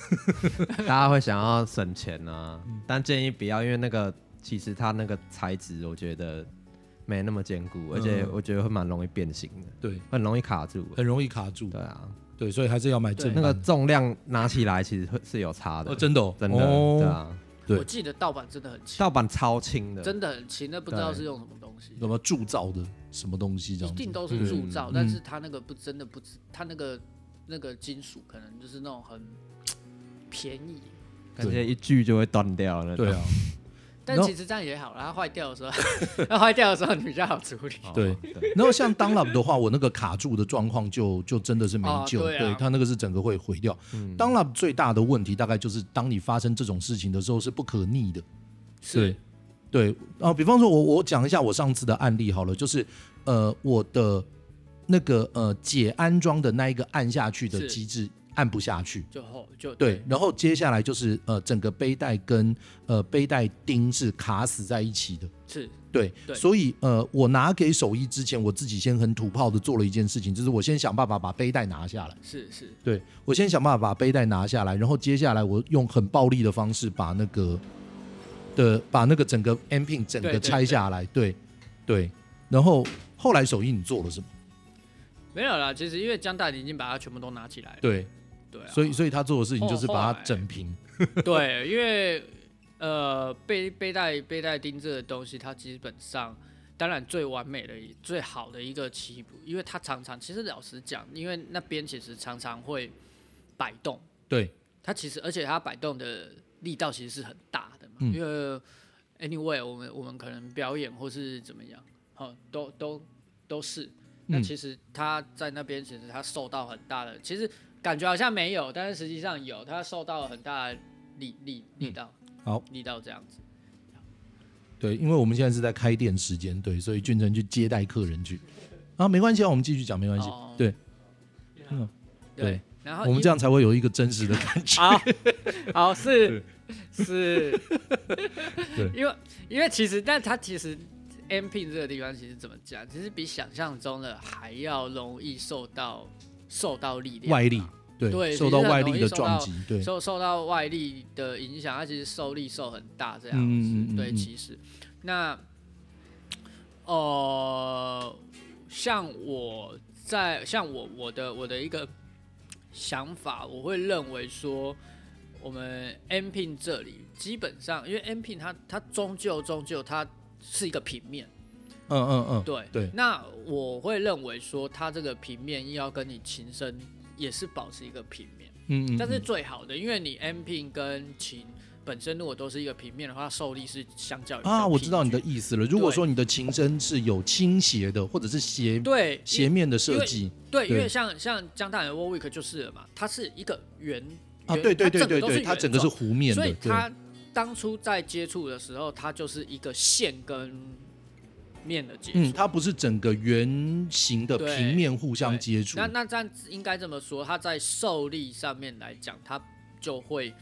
大家会想要省钱啊，
嗯
但建议不要，因为那个其实它那个材质我觉得没那么坚
嗯
固，而且我觉得会蛮容易变形的，
对，
很容易卡住。
很容易卡住。
对啊，
对，所以还是要买正
那
版
个
的。
重量拿起来其实会是有差的，
哦，真的哦，
真的，
哦
对啊，
对
我记得盗版真的很轻，
盗版超轻的，
真的很轻，那不知道
对
是用什么东西，
什么铸造的什么东西这
一
样子
定都是铸造，
嗯
但是它那个不真的不知，它那个那个金属可能就是那种很便宜，
感觉一锯就会断掉了。
对啊，
但
然后
其实这样也好啦，它坏掉的时候， <laughs> 它坏掉的时候你比较好处 <laughs> 理。
哦，
对然后像 Dunlop 的话，我那个卡住的状况就就真的是没
哦
救，
对啊
对它那个是整个会毁掉。Dunlop
嗯
最大的问题大概就是，当你发生这种事情的时候是不可逆的。
是，
对，啊，比方说我我讲一下我上次的案例好了，就是呃我的那个呃解安装的那一个按下去的
是
机制按不下去，
就后就
对，然后接下来就是呃，整个背带跟呃背带钉是卡死在一起的。
是
对，
对
所以呃，我拿给手艺之前，我自己先很土炮的做了一件事情，就是我先想办法把背带拿下来。
是是
对我先想办法把背带拿下来，然后接下来我用很暴力的方式把那个的把那个整个 M pin 整
对
个
对
拆下来。对对然后后来手艺你做了什么？
没有啦，其实因为江大已经把它全部都拿起来了，
对，
对啊，
所以所以他做的事情
后
就是把
后
它
来
整平。
对，因为呃，背背带背带钉这个东西，它基本上，当然最完美的、最好的一个起步，因为它常常，其实老实讲，因为那边其实常常会摆动，
对，
它其实而且它摆动的力道其实是很大的嘛，
嗯
因为 anyway 我们我们可能表演或是怎么样，好，都都都是。那
嗯
其实他在那边，其实他受到很大的，其实感觉好像没有，但是实际上有，他受到了很大的力力
嗯
力道，
好，
力道这样子。
对，因为我们现在是在开店时间，对，所以俊成去接待客人去。啊，没关系啊，我们继续讲，没关系。
哦
对，对
对，然后
我们
因
这样才会有一个真实的感觉。
好，好是是，
对
<laughs> 因为因为其实，但它其实 M P 这个地方其实怎么讲，其实比想象中的还要容易受到受到力量
外力
啊，
对，
对
受
其实
到
很
外
容
力
易
的
受
撞
到
击，对，
受受到外力的影响，它其实受力受很大这样子。
嗯嗯嗯嗯
对，
嗯
其实那呃，像我在像我我的我的一个想法，我会认为说，我们 M pin 这里基本上，因为 M pin 它它终究终究它是一个平面。
嗯嗯嗯，
对
对
那我会认为说，它这个平面要跟你琴声也是保持一个平面。
嗯嗯，
但是
嗯
最好的，因为你 M pin 跟琴本身如果都是一个平面的话，它受力是相较于比
啊，
较
我知道你的
平
意思了。如果说你的琴声是有倾斜的，或者是斜
均对
斜
因
面的设计，
对，因为
对
像像江大人 w o r w i c k 就是了嘛，它是一个圆
啊，
圆
对对对
它整
对
个都
对，它
圆
整个是
状
弧面
所
的，
以
对，
它当初在接触的时候，它就是一个线跟面的接触。
嗯，它不是整个圆形的
对
平面互相
对
接触
那，那这样子应该这么说，它在受力上面来讲，它就会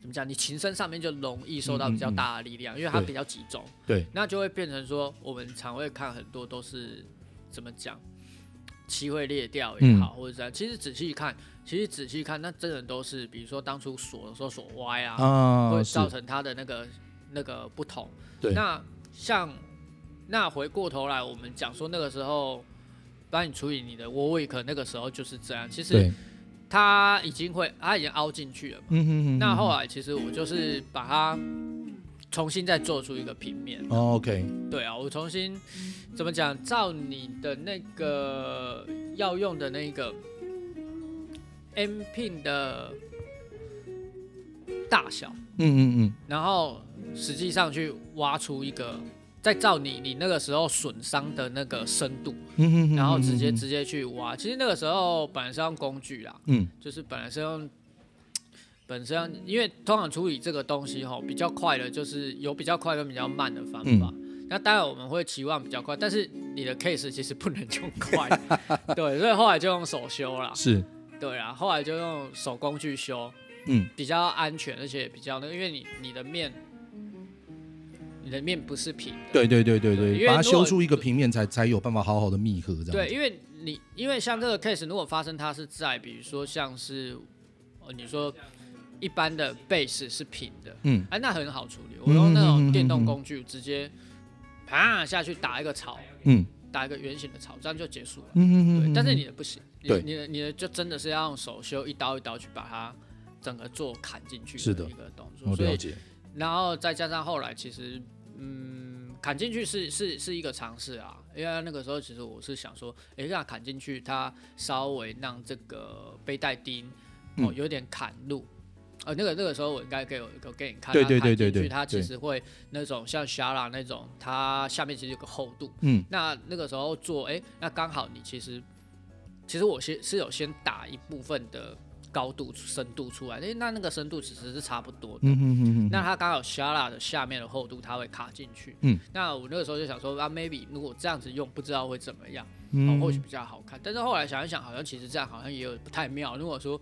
怎么讲，你琴声上面就容易受到比较大的力量，因为它
嗯对
比较集中，
对，
那就会变成说，我们常会看很多都是怎么讲，漆会裂掉
嗯
也好，或者这样。其实仔细看，其实仔细看，那真的都是，比如说当初锁的时候锁歪啊，
啊，
会
是
造成它的那个那个不同。
对
那像那回过头来，我们讲说那个时候帮你处理你的 w a r 那个时候就是这样，其实
对，
它已经会，它已经凹进去了嘛。
嗯哼哼
那后
来
来其实我就是把它重新再做出一个平面。
哦，OK，
对啊，我重新怎么讲？照你的那个要用的那个 M pin 的大小，
嗯嗯嗯，
然后实际上去挖出一个，再照你你那个时候损伤的那个深度，
嗯哼哼
然后直接
嗯
直接去挖。其实那个时候本来是用工具啦，
嗯，
就是本来是用。本身因为通常处理这个东西吼，比较快的就是有比较快跟比较慢的方法。那当然我们会期望比较快，但是你的 case 其实不能用快， <laughs> 对，所以后来就用手修啦。
是，
对啊，后来就用手工去修，
嗯，
比较安全，而且比较那个，因为你你的面，你的面不是平的，
对对对对
对因
对，
为
把它
如
修
果
出一个平面才才有办法好好的密合这样。
对，，因为你因为像这个 case，如果发生它是在比如说像是，呃，你说一般的 base 是平的，
嗯，
哎、那很好处理，我用那
嗯嗯嗯嗯
种
嗯
电动工具直接啪下去打一个草，
嗯
打一个圆形的草，这样就结束了。
嗯嗯
对，
嗯，
但是你的不行，你
对
你的你的就真的是要用手修一刀一刀去把它整个做砍进去，
是的
一个动作。
我
所
哦了
以，
解，
然后再加上后来其实，嗯，砍进去是是是一个尝试啊，因为那个时候其实我是想说，诶，让它砍进去，它稍微让这个背带钉哦
嗯
有点砍入。呃，那个那个时候我应该给我给我给你看，
对
它
对
砍
对对
进
对
去它其
对
实会那种像 Shara 那种，它下面其实有个厚度，
嗯
那那个时候做，哎、那刚好你其实，其实我先是有先打一部分的高度深度出来，哎、那那个深度其实是差不多的。
嗯嗯嗯嗯，
那它刚好 Shara 的下面的厚度，它会卡进去。
嗯，
那我那个时候就想说，啊，maybe 如果这样子用，不知道会怎么样，哦
嗯，
或许比较好看。但是后来想一想，好像其实这样好像也有不太妙。如果说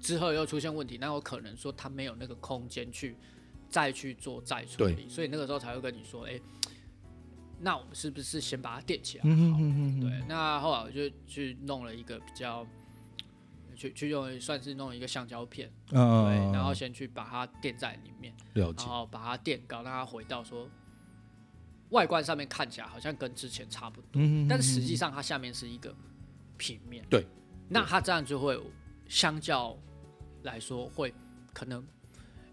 之后又出现问题，那我可能说它没有那个空间去再去做再处
对
理，所以那个时候才会跟你说，哎、那我们是不是先把它垫起来好了？
嗯嗯嗯
对，那后来我就去弄了一个比较，去去用算是弄一个橡胶片，对，
嗯，
然后先去把它垫在里面，
了
然
解，
后把它垫高，让它回到说外观上面看起来好像跟之前差不多，
嗯，
但实际上它下面是一个平面。
对，
那它这样就会相较来说会可能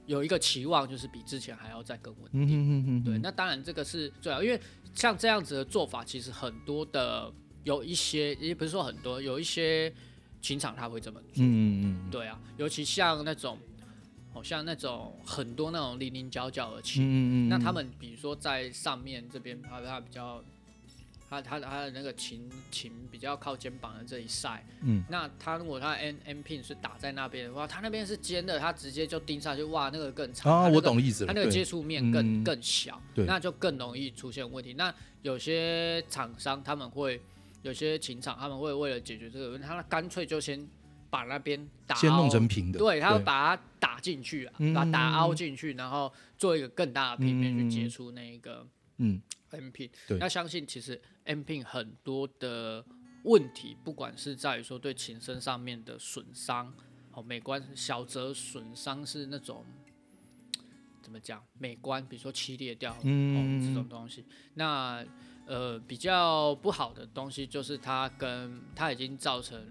有一个期望，就是比之前还要再更稳定。
嗯嗯嗯，
对，那当然这个是最好，因为像这样子的做法，其实很多的有一些，也不是说很多，有一些琴厂他会这么
嗯
做。
嗯嗯，
对啊，尤其像那种，好、像那种很多那种零零角角的琴，
嗯嗯，
那他们比如说在上面这边，它它比较，它它它的那个琴琴比较靠肩膀的这一晒，
嗯，
那它如果它 N M pin 是打在那边的话，它那边是尖的，它直接就钉上去，哇，那个更长。它
啊，
那
我
个
懂意思了，
它那个接
对，
触面更、
嗯
更小，
对
那就更容易出现问题。那有些厂商他们会，有些琴厂他们会为了解决这个问题，他干脆就先把那边打
先弄
凹
成平的，
对，他会
要
把它打进去、啊，
嗯
把它打凹进去，然后做一个更大的平面去接触那一个
嗯
M P。
对
那相信其实 M P 很多的问题，不管是在于说对琴身上面的损伤，哦，美观小则损伤是那种怎么讲美观，比如说漆裂掉，
嗯
哦这种东西。那呃比较不好的东西就是它跟它已经造成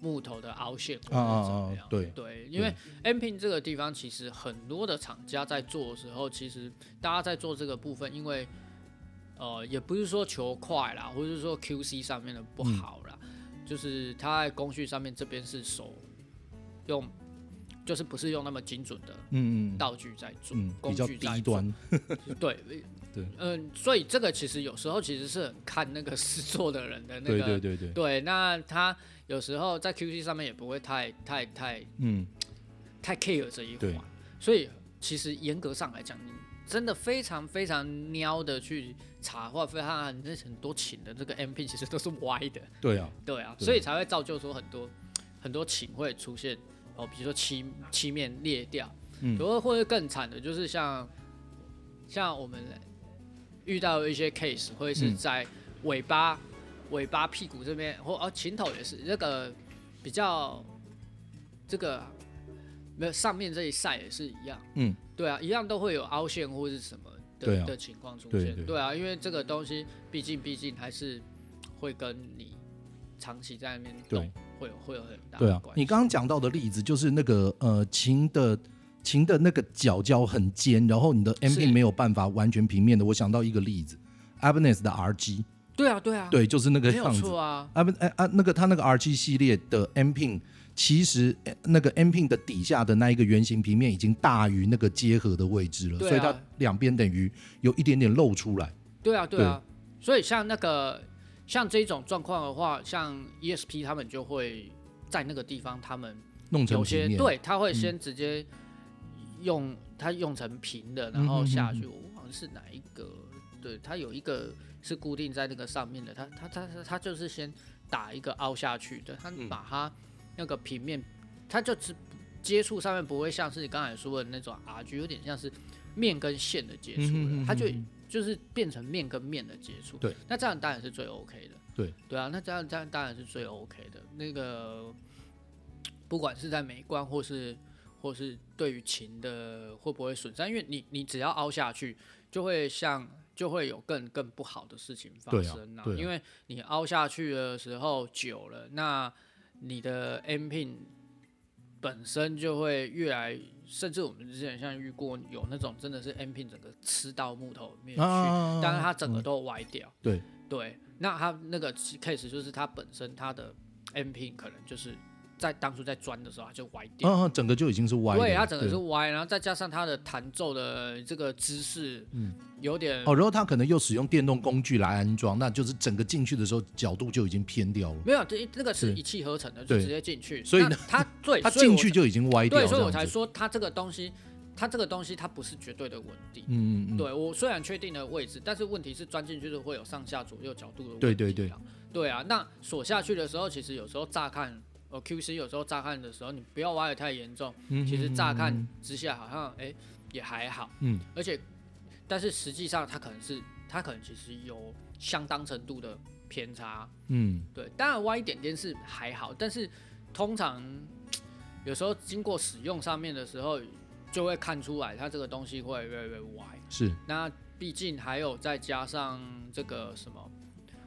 木头的凹陷或者
啊啊
怎么
啊
样，
对
对，因为 M P 这个地方其实很多的厂家在做的时候，其实大家在做这个部分，因为呃也不是说求快啦，或者是说 Q C 上面的不
嗯
好啦，就是它在工序上面这边是手用，就是不是用那么精准的
嗯嗯
道具在做，
嗯，比
工
较
具在
低
做
端，
对，
对，
嗯，所以这个其实有时候其实是很看那个 <laughs> 制作的人的那
对
个，
对对对，
对那他有时候在 QC 上面也不会太太太
嗯
太 care 这一环
对，
所以其实严格上来讲，你真的非常非常喵的去查或非常那很多琴的这个 MP 其实都是歪的，
对啊，
对啊，
对
所以才会造就说很多很多琴会出现哦，比如说漆漆面裂掉，
嗯
可是或者更惨的，就是像像我们遇到一些 case，会是在尾巴、
嗯
尾巴屁股这边，或哦琴头也是那个比较这个没有上面这一晒也是一样，
嗯，
对啊，一样都会有凹陷或是什么
对
的、
啊
的情况出
对
现，
对
对啊，因为这个东西毕竟毕竟还是会跟你长期在那边
对
动，会有会有很大
对
的
啊
关，系。
你刚刚讲到的例子就是那个呃琴的琴的那个角角很尖，然后你的 M
是
P 没有办法完全平面的。我想到一个例子 a b n e s 的 R G，
对啊对啊，
对，就是那个
没有
样子。
错啊，
啊不，哎啊，那个它那个 R 7系列的 M pin，其实哎那个 M pin 的底下的那一个圆形平面已经大于那个接合的位置了，
对啊
所以它两边等于有一点点露出来。
对啊，对啊。所以像那个像这种状况的话，像 ESP 他们就会在那个地方，他们
弄成
有
平
些
面，嗯
对他会先直接用、它用成平的，然
嗯
后下去。我忘了是哪一个，对，它有一个是固定在那个上面的，它它它它它就是先打一个凹下去的，它把它那个平面，它就只接触上面不会像是你刚才说的那种 R G，有点像是面跟线的接触了，
嗯哼嗯哼
它就
嗯哼
就是变成面跟面的接触。
对，
那这样当然是最 OK 的。
对，
对啊，那这样这样当然是最 OK 的。那个不管是在美观或是或是对于琴的会不会损伤，因为你你只要凹下去，就会像就会有更更不好的事情发
对啊
生
对啊
因为你凹下去的时候久了，那你的 M pin 本身就会越来，甚至我们之前像遇过有那种真的是 M pin 整个吃到木头里面去，
啊
但是它整个都歪掉。
对
对，那它那个 case 就是它本身它的 M pin 可能就是在当初在钻的时候它就歪掉。
啊，整个就已经是歪的了，
对，它整个是
对
歪，然后再加上它的弹奏的这个姿势，嗯，有点
哦，然后它可能又使用电动工具来安装，那就是整个进去的时候角度就已经偏掉了，
没有，这那个是
是
一气呵成的，就
对
直接进去。
所以
那
呢 <laughs>
它对，
它
所以我
进去就已经歪掉
对，
了，
所以我
这样
才
子
说它这个东西，它这个东西它不是绝对的稳定。
嗯嗯嗯，
对我虽然确定了位置，但是问题是钻进去是会有上下左右角度的问题、
对
啊。
对对，
对啊。那锁下去的时候，其实有时候乍看，呃，QC 有时候乍看的时候，你不要挖的太严重，
嗯
其实乍看
嗯
之下好像哎、也还好，
嗯，
而且但是实际上它可能是它可能其实有相当程度的偏差，
嗯
对，当然歪一点点是还好，但是通常有时候经过使用上面的时候，就会看出来它这个东西会越来越歪。
是
那毕竟还有再加上这个什么，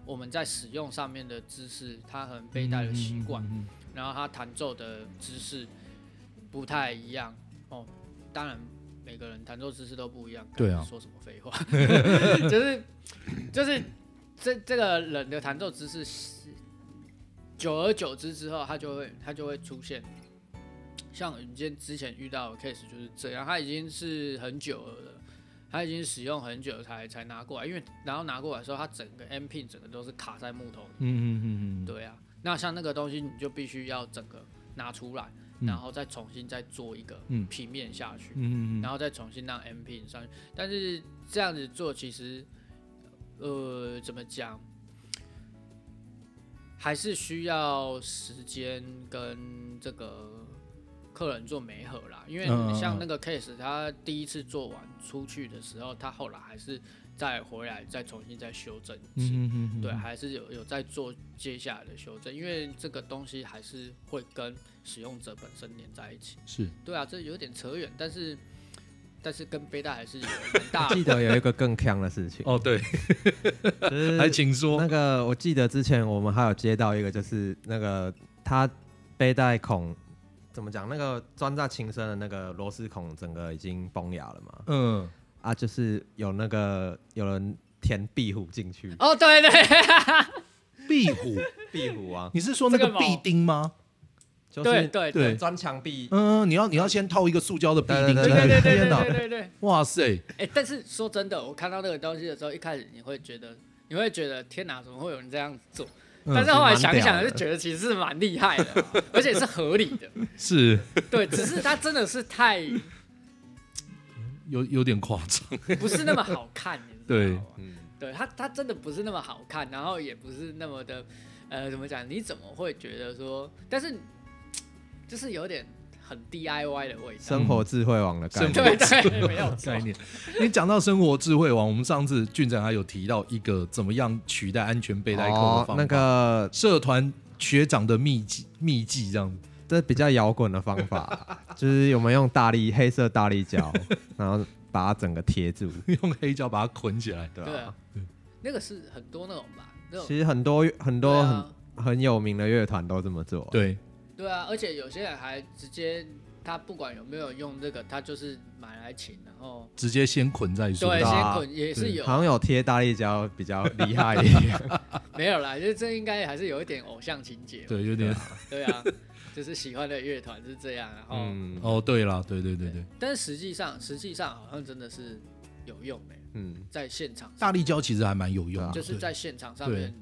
我们在使用上面的姿势，它可能背带的习惯，
嗯嗯嗯嗯
然后它弹奏的姿势不太一样哦。当然，每个人弹奏姿势都不一样。
对啊
说什么废话？ <laughs> 就是就是这这个人的弹奏姿势是，久而久之之后，他就会他就会出现。像你今天之前遇到的 case 就是这样，他已经是很久了，他已经使用很久才才拿过来，因为然后拿过来的时候，它整个 M pin 整个都是卡在木头里面
嗯嗯嗯嗯，
对啊，那像那个东西，你就必须要整个拿出来，
嗯
然后再重新再做一个
嗯
平面下去，
嗯嗯嗯
然后再重新让 M P 上去。但是这样子做，其实呃，怎么讲，还是需要时间跟这个客人做媒合啦。因为
嗯嗯嗯
像那个 case，他第一次做完出去的时候，他后来还是再回来再重新再修正一次。
嗯嗯嗯，
对，还是有有在做接下来的修正，因为这个东西还是会跟使用者本身连在一起。
是。
对啊，这有点扯远，但是但是跟背带还是有很大
记得有一个更强的事情，
哦，对，
就
<laughs>
是
还请
哦
说。
那个我记得之前我们还有接到一个，就是那个他背带孔怎么讲？那个装在琴身的那个螺丝孔整个已经崩牙了嘛？
嗯，
啊，就是有那个有人填壁虎进
<laughs>
去，
哦，对对，
壁虎，
壁虎啊，
你是说那个
这个毛
壁钉吗？
就
对
是
对
对
钻墙壁。
嗯，你要你要先套一个塑胶的壁钉进去。
对
对对对
天
对
哪
对！对对。
哇塞，
哎、但是说真的，我看到那个东西的时候，一开始你会觉得，你会觉得天哪，怎么会有人这样做？但是后来想一想，就觉得其实是蛮厉害的啊，而且是合理的。
是
对，只是它真的是太
有有点夸张。啊
不是那么好看，你知
对
道吗？
嗯，
对他，他真的不是那么好看，然后也不是那么的，呃，怎么讲？你怎么会觉得说？但是就是有点很 DIY 的味道。
生活智慧网的概
生活
对
念，
对，没有错
概。念。你讲到生活智慧网，我们上次俊展还有提到一个怎么样取代安全背带扣的方法，
哦那个
社团学长的秘籍秘籍这样子。 <laughs>
这比较摇滚的方
<laughs>
法，啊就是我们用大力黑色大力胶，然后把它整个贴住，
用黑胶把它捆起来。
对
对
吧
啊？，那个是很多那种吧，那种
其实很多很
对
多
啊
很很有名的乐团都这么做，
对，
对啊，而且有些人还直接他不管有没有用这个，他就是买来请，然后
直接先捆再说。
对，
啊
先捆也是有
好像有贴大力胶比较厉害一点。
没有啦，就是这应该还是有一点偶像情节嘛，
对，有点
对啊，就是喜欢的乐团是这样，然后、
嗯
<laughs> 哦，对啦，对对对对，
但实际上实际上好像真的是有用的、
嗯，
在现场
大力胶其实还蛮有用的，
就是在现场上面，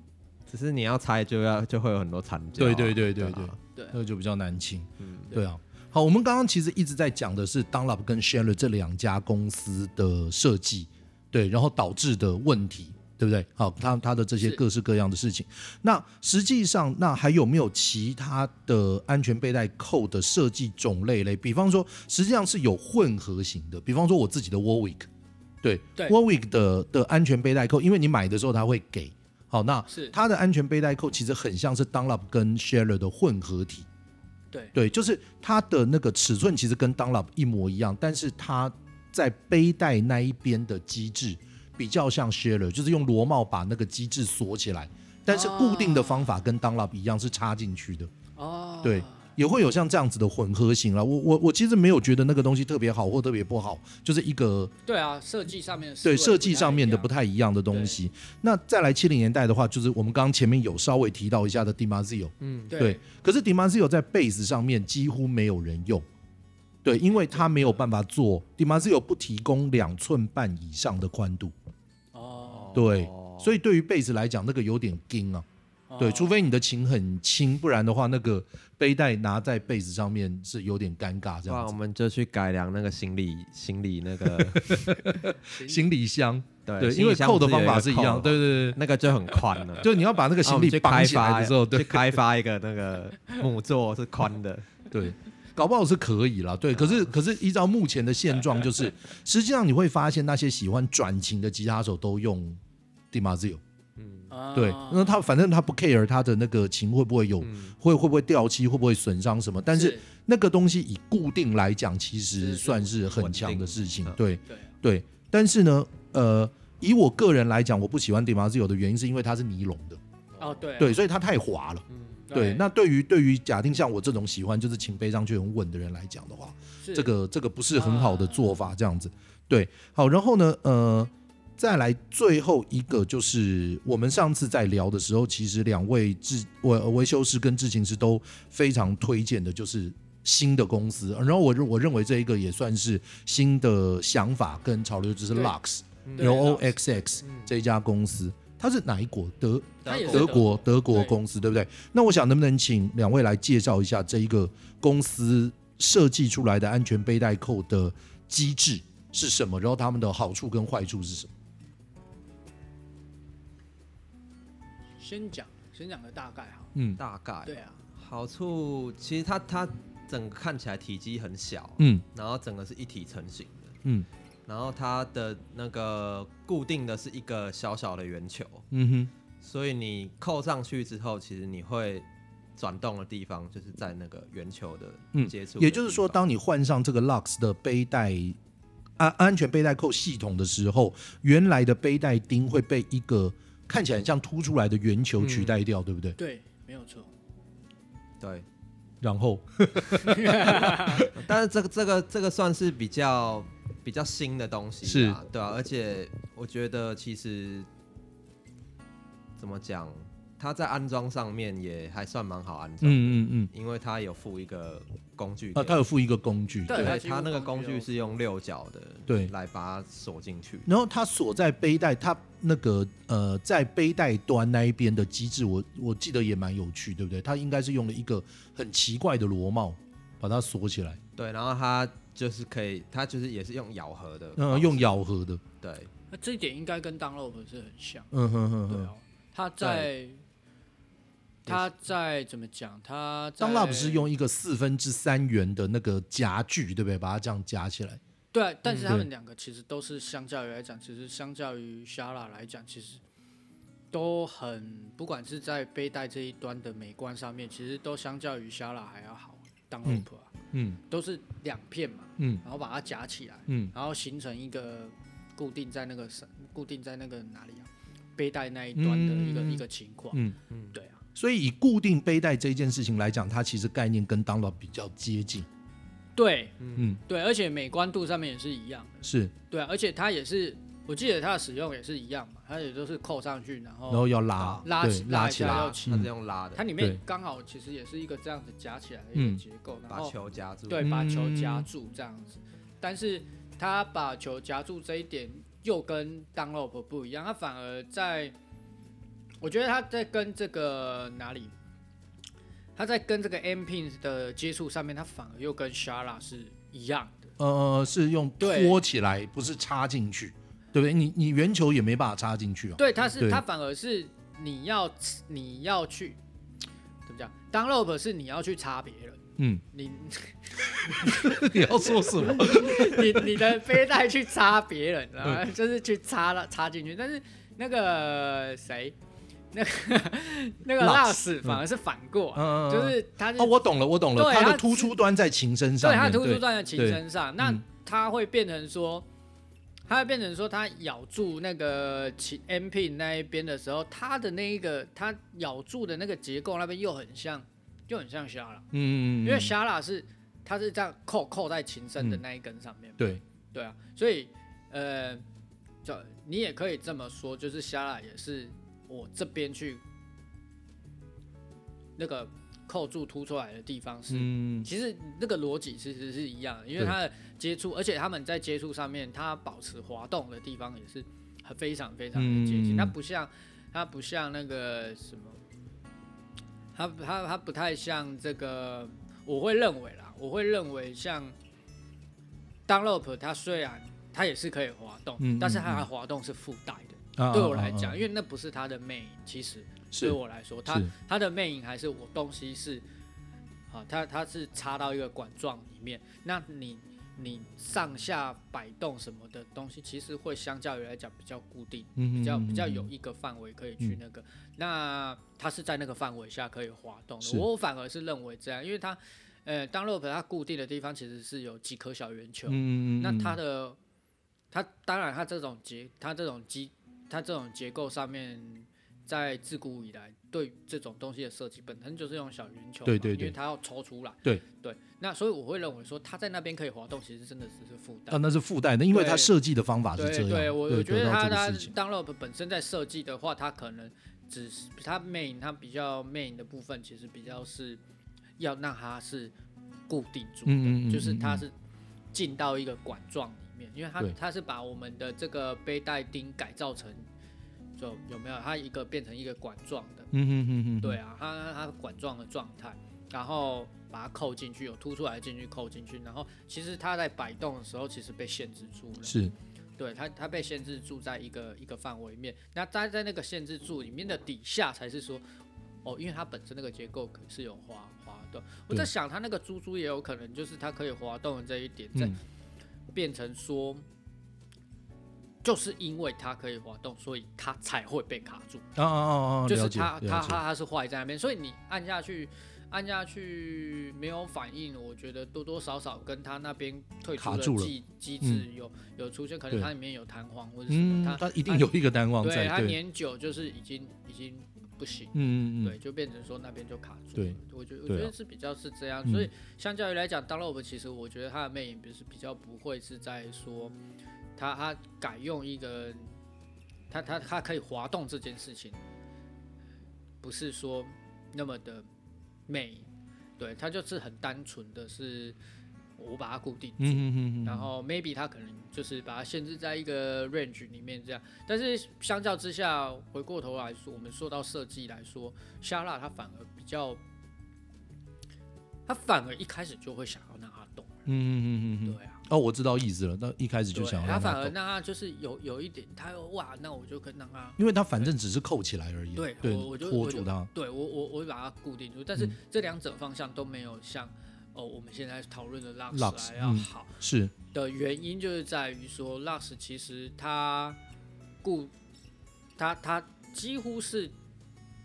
只是你要拆就要就会有很多残胶啊、
对对对对对呃
对啊，
对啊
那个就比较难清。
嗯，
对啊，好，我们刚刚其实一直在讲的是 Dunlop 跟 Scheller 这两家公司的设计，对，然后导致的问题，对不对？好，它它的这些
是
各式各样的事情。那实际上，那还有没有其他的安全背带扣的设计种类嘞？比方说，实际上是有混合型的，比方说我自己的 Warwick，对
对
Warwick 的的安全背带扣，因为你买的时候它会给。好，那
是
它的安全背带扣其实很像是 Dunlop 跟 Scheller 的混合体，
对
对，就是它的那个尺寸其实跟 Dunlop 一模一样，但是它在背带那一边的机制比较像 Sheller，就是用螺帽把那个机制锁起来，但是固定的方法跟 Dunlop 一样是插进去的，
哦，
对。也会有像这样子的混合型了。我我我其实没有觉得那个东西特别好或特别不好，就是一个
对啊，设计上面的思维
对
不
设计上面的
太一
不
样
太一样的东西。那再来七零年代的话，就是我们刚刚前面有稍微提到一下的 Dimazio，对
对，
可是 Dimazio 在 bass 上面几乎没有人用，对，因为它没有办法做 Dimazio 不提供两寸半以上的宽度，
哦，
对，所以对于 bass 来讲，那个有点硬啊，对，
哦
除非你的琴很轻，不然的话，那个背带拿在 bass 上面是有点尴尬这
不然
哦
样
我
子。
们就去改良那个行李行李
<laughs>
那个，
行李
<laughs>
箱，
对
对，
行
因为
李箱
扣的
不
方
有
法
个
是一
扣
样，
吗
对对对，
那个就很宽了。
就你要把 <laughs> 那个
啊
哦
我
行
们
李
去
绑
开
起来
发
的时候，对
去开发一个那个木座是宽的，
对，搞不好是可以啦。对，可是可是依照目前的现状，就是实际上你会发现那些喜欢转琴的吉他手都用 Dimazio，
哦
对，那他反正他不 care 他的那个琴会不会有、会会不会掉漆，会不会损伤什么，但是那个东西以固定来讲，其实
是
算是很强的事情
稳。
对
对啊
对，但是呢，呃。以我个人来讲，我不喜欢 Dimazio 的原因是因为它是尼龙的，
哦对啊
对，所以它太滑了。对，那对于对于假定像我这种喜欢就是琴背上去很稳的人来讲的话，
是啊
这个这个不是很好的做法，这样子。对，好，然后呢，呃，再来最后一个就是我们上次在聊的时候，其实两位制维维修师跟制琴师都非常推荐的，就是新的公司。然后我认我认为这一个也算是新的想法跟潮流，就是 Lux
对
L O
Lux 嗯
X X 这一家公司，它是哪一国？德
它也是
德
德
国
国
德国
对
公司，对不对？那我想能不能请两位来介绍一下这一个公司设计出来的安全背带扣的机制是什么，然后他们的好处跟坏处是什么？
先讲先讲个大概哈，
嗯
大概
对啊，
好处其实它它整个看起来体积很小，
嗯
然后整个是一体成型的，
嗯
然后它的那个固定的是一个小小的圆球，
嗯哼，
所以你扣上去之后，其实你会转动的地方就是在那个圆球的接触的地
嗯
方、
也就是说，当你换上这个 Lux 的背带安安全背带扣系统的时候，原来的背带钉会被一个看起来很像凸出来的圆球取代掉，对不对？
对，没有错，
对，
然后
但是这个这个这个算是比较比较新的东西啦，对啊，而且我觉得其实怎么讲，它在安装上面也还算蛮好安
嗯
装，
嗯嗯，
因为它有附一个工具给
啊，
你，
它有附一个工具，
对它
对
几乎
它那个工
工具
具
有
是用六角的，
对
来把它锁进去。
然后它锁在背带，它那个呃，在背带端那一边的机制，我我记得也蛮有趣，对不对？它应该是用了一个很奇怪的螺帽把它锁起来，
对，然后它就是可以，它就是也是用咬合的方
嗯、
式，
用咬合的，
对，
那这一
嗯啊
点应该跟当 u n l o p 是很像，
嗯哼哼
对
哼，
啊，他在哦他在怎么讲？他在
当 lab 是用一个四分之三元的那个夹具，对不对？把它这样夹起来。
对啊，但是他
嗯对
们两个其实都是相较于来讲，其实相较于 Shala 来讲，其实都很，不管是在背带这一端的美观上面，其实都相较于 Shala 还要好。当
嗯
rope 啊，
嗯
都是两片嘛，
嗯
然后把它夹起来，
嗯
然后形成一个固定在那个上固定在那个哪里啊？背带那一端的一个、
嗯
一个情况。
嗯。
对啊，
所以以固定背带这件事情来讲，它其实概念跟当 lab 比较接近。
对
嗯，
对，而且美观度上面也是一样的。
是，
对啊，而且它也是，我记得它的使用也是一样嘛，它也都是扣上去，然后
然后要拉
哦拉
对
起
拉
拉
起
起
来嗯
来。
拉，
要
它是用拉
它
的，
里
对
面刚好其实也是一个这样子夹起来的一
嗯
个结构，然
把
后
球夹住。
哦对，
嗯
把球夹住这样子。但是他把球夹住这一点又跟 Dunlop 不一样，他反而在，我觉得他在跟这个哪里，他在跟这个 M Pin 的接触上面，他反而又跟 Shala 是一样的。
呃，是用
对
拖起来，不是插进去，对不对？你你圆球也没办法插进去啊。
对，他
对
是他反而是你要你要去怎么讲？Dunlop 是你要去差别人，
嗯， <laughs>
你
你要说什
<laughs>
么？
你你的背带去插别人
嗯
啊，就是去插了插进去，但是那个谁，那个那个
Lux，
拉屎反而是反过啊、
嗯，
就是他是、
哦，我懂了，我懂了，
对
它
它
的突出端在琴身上
对他
面，
突出
对，
在的琴身上，那
嗯
他会变成说，他会变成说，他咬住那个琴 M P 那一边的时候，他的那一个他咬住的那个结构那边又很像，又很像虾拉，
嗯，
因为虾拉是它是这样扣扣在琴身的
嗯
那一根上面嘛。
对，
对啊，所以呃，就你也可以这么说，就是虾拉也是我这边去那个扣住凸出来的地方是，
嗯
其实那个逻辑其实是一样的，因为
对
它的接触，而且他们在接触上面，它保持滑动的地方也是很非常非常的接近，
嗯
它不像它不像那个什么，它它它不太像这个，我会认为啦，我会认为像 Dunlop 它虽然它也是可以滑动，
嗯嗯
但是它
嗯
的滑动是附带的，
啊
对
啊
我
啊
来
啊
讲，因为那不是它的魅影，其实对
是
我来说，它
是
它的魅影还是我东西是，啊，它它是插到一个管状里面，那你你上下摆动什么的东西，其实会相较于来讲比较固定，
嗯
比较比较有一个范围可以去那个，那它是在那个范围下可以滑动
是
的。我反而是认为这样，因为它，呃，当 rope 它固定的地方其实是有几颗小圆球，
嗯
哦那它的，它当然它这种结，它这种机，它这种结构上面，在自古以来对这种东西的设计本身就是用小圆球嘛，
对对
因
对
为它要抽出来，
对
对，那所以我会认为说它在那边可以滑动，其实真的只是附带
啊，。那是附带的，因为它
对
设计的方啊法是这
对
样。
对，我我觉得
到
它
这个
它
事情
Dunlop 本身在设计的话，它可能只是它 main 它比较 main 的部分，其实比较是要让它是固定住的，
嗯嗯嗯
就是
嗯
它
嗯
是进到一个管状里面，因为它
对
它是把我们的这个背带钉改造成就有没有它一个变成一个管状的，
嗯哼哼哼，
对啊，它它管状的状态，然后把它扣进去，有凸出来的进去扣进去，然后其实它在摆动的时候，其实被限制住了。
是
对它，它被限制住在一个一个范围里面。那它在那个限制住里面的底下，才是说，哦，因为它本身那个结构可是有滑滑动。我在
对
想，它那个珠珠也有可能就是它可以滑动的这一点，再
嗯
变成说，就是因为它可以滑动，所以它才会被卡住。
啊啊啊啊，
就是
了解
它它
了
它
解
它是坏在那边，所以你按下去，按下去没有反应，我觉得多多少少跟它那边退出
卡
的
住了嗯
机机制有、有出现，可能
对
它里面有弹簧或者什
嗯
么，，它
它一定有一个单望
对
在
它
对，
年久就是已经已经不行。
嗯嗯
对，
嗯，
就变成说那边就卡住了。
对
我觉得我
对
觉
啊
得是比较是这样，
嗯
所以相较于来讲 d u n l o p 其实我觉得它的魅影不是比较不会是在说它它改用一个它它它可以滑动这件事情，不是说那么的魅影，对，它就是很单纯的是我把它固定住。
嗯嗯嗯嗯，
然后 maybe 它可能就是把它限制在一个 range 里面这样，但是相较之下，回过头来说，我们说到设计来说，夏拉它反而比较，它反而一开始就会想要让它动，
嗯嗯嗯嗯嗯。
对啊，
哦，我知道意思了，那一开始就
对
想要
他
让
反
他
而
动，
让他就是有有一点，他说哇，那我就跟让他
因为他反正只是扣起来而已，啊
对
对
我我，就
拖
我就
住他，
对我我我会把它固定住，但是
嗯
这两者方向都没有像哦我们现在讨论的
Lux，
Lux 来要
嗯
好
是
的原因，就是在于说 Lux 其实它固它它几乎是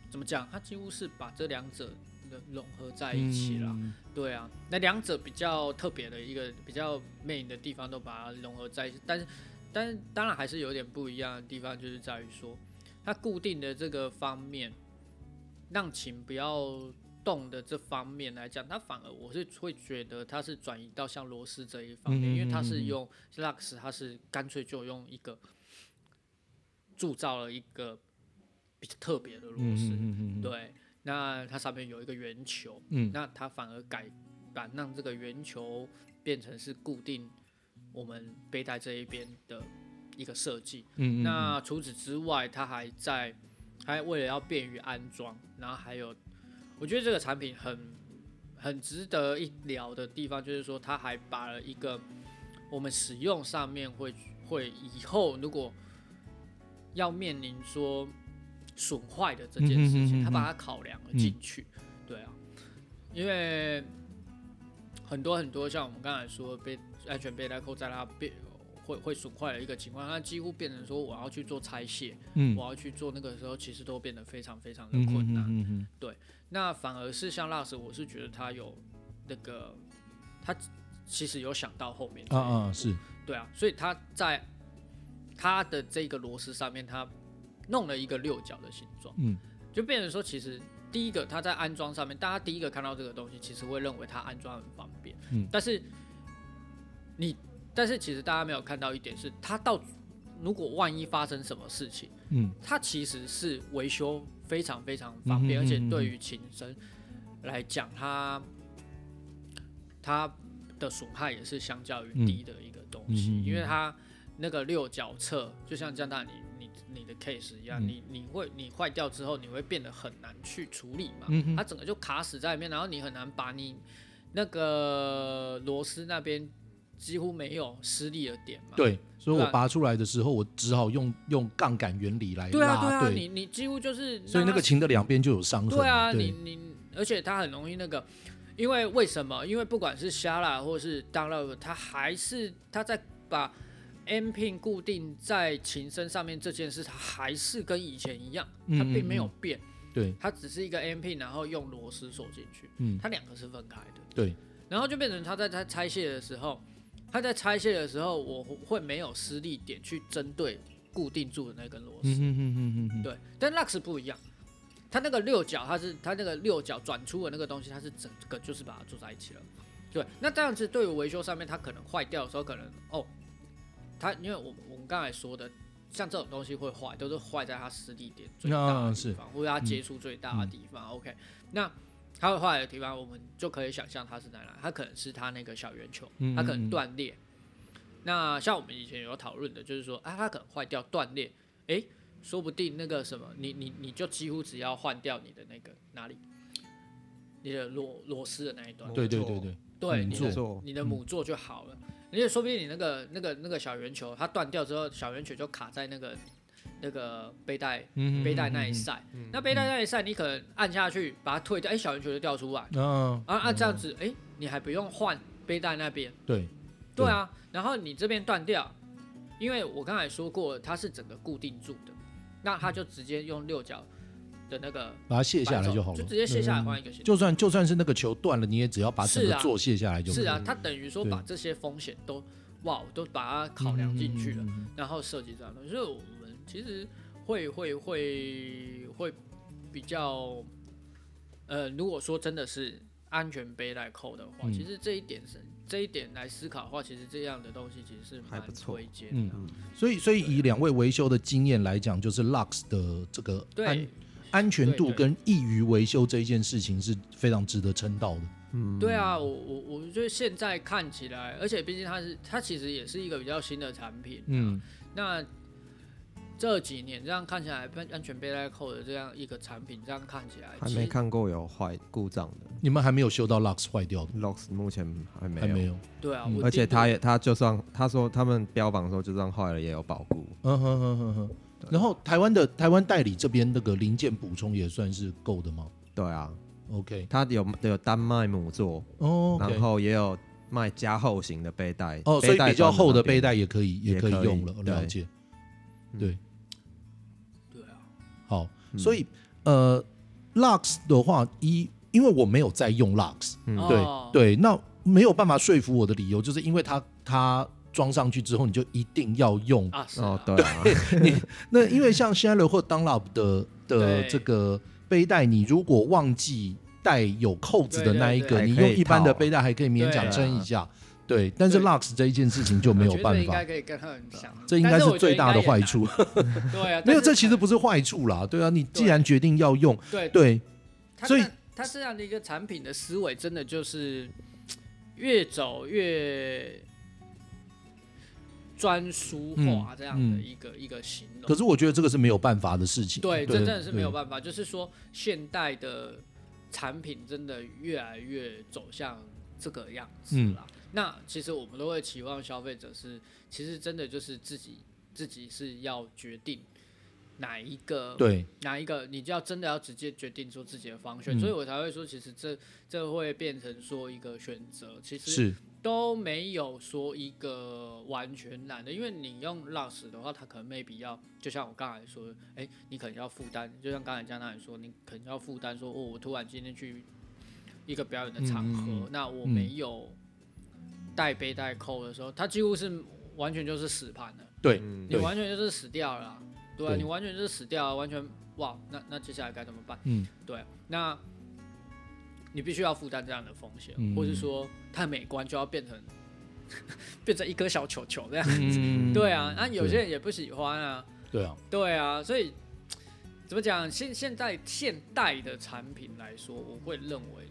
怎么讲，它几乎是把这两者的融合在一起了。
嗯
对啊，那两者比较特别的一个比较魅影的地方都把它融合在一起，但是但是当然还是有点不一样的地方，就是在于说它固定的这个方面，让琴不要动的这方面来讲，它反而我是会觉得它是转移到像螺丝这一方面，
嗯
因为它
嗯嗯
是
嗯
用 Lux，它是干脆就用一个铸造了一个比较特别的螺丝，
嗯嗯嗯嗯嗯
对，那它上面有一个圆球。
嗯，
那它反而改把让这个圆球变成是固定我们背带这一边的一个设计。
嗯嗯
那除此之外，它还在还为了要便于安装，然后还有，我觉得这个产品很很值得一聊的地方，就是说它还把了一个我们使用上面会会以后如果要面临说损坏的这件
嗯
事
嗯嗯
情，
嗯嗯
它把它考量了进去，对啊，因为很多很多像我们刚才说被安全背带扣在它变会会损坏的一个情况，它几乎变成说我要去做拆卸，
嗯
我要去做那个时候，其实都变得非常非常的
嗯
困
嗯
难。
嗯嗯
那反而是像 Lars，我是觉得他有那个他其实有想到后面
嗯
这一
啊啊
步
是，
对啊，所以他在他的这个螺丝上面，他弄了一个六角的形状，
嗯
就变成说，其实第一个他在安装上面，大家第一个看到这个东西，其实会认为它安装很方便，
嗯
但是你，但是其实大家没有看到一点是，它到如果万一发生什么事情，
嗯
它其实是维修非常非常方
嗯
便，
哼
而且
嗯哼
对于琴身来讲，它它的损害也是相较于低的一个东
嗯
西，
嗯嗯嗯
因为它那个六角侧，就像江大你你你的 case 一样，
嗯
你你会你坏掉之后，你会变得很难去处理嘛，
嗯哼
它整个就卡死在里面，然后你很难把你那个螺丝那边几乎没有施力的点嘛，
对，所以我
对啊
拔出来的时候，我只好用用杠杆原理来
对啊对
拉，
啊，你你几乎就是
所以
让
那
它
个琴的两边就有伤痕，
对啊，
对
你你，而且它很容易那个，因为为什么？因为不管是虾啦，或是当 love，它还是它在把 M pin 固定在琴身上面这件事，它还是跟以前一样，
嗯
它并没
嗯
有
嗯
变，
对
它只是一个 M pin，然后用螺丝锁进去，
嗯
它两个是分开的，
对，
然后就变成它在它拆卸的时候，它在拆卸的时候，我会没有施力点去针对固定住的那根螺丝。
嗯嗯嗯嗯嗯，
对，但 Lux 不一样，它那个六角，它是它那个六角转出的那个东西，它是整个就是把它做在一起了。对，那这样子对于维修上面，它可能坏掉的时候，可能哦，它因为我们我们刚才说的，像这种东西会坏，都是坏在它实力点最大
啊
的
是嗯
地方，或者它接触最大的地方。OK，那它会坏的地方，我们就可以想象它是哪来，它可能是它那个小圆球
嗯，
它
嗯
可
嗯
能断裂。那像我们以前有讨论的，就是说啊，它可能坏掉断裂，诶，说不定那个什么，你你你就几乎只要换掉你的那个哪里，你的螺螺丝的那一段，
对对对嗯对，母
对，
嗯
你
座
的
做
你的母座就好了。而且说不定你那个那个那个小圆球，它断掉之后，小圆球就卡在那个那个背带
嗯
背带那一塞。
嗯
那背带那一塞，你可能按下去把它退掉，哎、小圆球就掉出来。
啊
啊啊，这样子，哎、你还不用换背带那边。
对
对啊，然后你这边断掉，因为我刚才说过，它是整个固定住的，那它就直接用六角的那个
把它卸下来
就
就好了，嗯
就直接卸下来换一个形状。
就算就算是那个球断了，你也只要把整
是
个
啊
座卸下来就可
是
以
啊，它等于说
对
把这些风险都哇都把它考量进去了，
嗯嗯嗯嗯
然后设计这样的东西，所以我们其实会会会会比较，呃，如果说真的是安全背带扣的话，
嗯
其实这一点是这一点来思考的话，其实这样的东西其实是
还
蛮
不错
推荐
嗯
的。
嗯
所以所以以两位维修的经验来讲，就是 Lux 的这个安
对
安全度
对对
跟易于维修这一件事情是非常值得称道的。
嗯
对啊，我我我觉得现在看起嗯
啊
来，而且毕竟它是它其实也是一个比较新的产品，
嗯
那这几年这样看起来，安安全背带扣的这样一个产品，这样看起来
还
其
没
实
看过有坏故障的
你们还没有修到 locks 坏掉的，
，Locks 目前还没
还
有。
没有。
对啊，
嗯
我
而且
顶多
他也他就算他说他们标榜说就算坏了也有保固，
嗯哼哼哼哼。然后台湾的台湾代理这边那个零件补充也算是够的吗
对啊，
？OK，
他有有单卖母座，
哦，OK，
然后也有卖加厚型的背带，
哦，所以比较厚的背
带
带也可以，也
也
可以
可以
用了，
对
了解。
嗯
对，
对啊，
好，
嗯
所以呃，Lux 的话，一因为我没有在用 Lux，
嗯
对
哦、
对，那没有办法说服我的理由，就是因为它它装上去之后，你就一定要用。
啊，是
上面
啊
哦，对 <laughs> 啊，
那因为像 Shanlo 或 Dunlop 的的
对
这个背带，你如果忘记带有扣子的那一个，
对对对
你
还可
用
以
一般的
套
背带还可以勉强
对啊
撑一下。对，但是
对
Lux 这一件事情就没有
我觉得
办
应
法啊
该，可以跟他们想，
这应该
但
是
我觉得
最大的
应该
坏
也
处。
难。对
<laughs>
啊，
没有，
但
这
是
其实不是坏处啦，对啊，你既然决定要用，
对
对，
它
所以
但它这样的一个产品的思维，真的就是越走越专书化这样的一个、一个形容。
嗯可是我觉得这个是没有办法的事情，
对，这真的是没有
法。
办法。就是说，现代的产品真的越来越走向这个样子
嗯
啦。那其实我们都会期望消费者是，其实真的就是自己自己是要决定哪一个
对，
哪一个，你就要真的要直接决定出自己的方
嗯
选，所以我才会说，其实这这会变成说一个选择，其实
是，
都没有说一个完全懒的，因为你用 loss 的话，它可能 maybe 要，就像我刚才说，哎、你可能要负担，就像刚才江大人说，你可能要负担说，哦，我突然今天去一个表演的场合，
嗯嗯嗯
那我没有带背带扣的时候，它几乎是完全就是死盘的。
对，
嗯
你
对
完全就是死掉了啊，对啊，
对
你完全就是死掉了，完全哇，那那接下来该怎么办？
嗯，
对，那你必须要负担这样的风险，
嗯
或是说太美观就要变成 <laughs> 变成一颗小球球这样，
嗯
对啊，那有
对
些人也不喜欢啊，
对啊，
对啊，所以怎么讲？现现在现代的产品来说，我会认为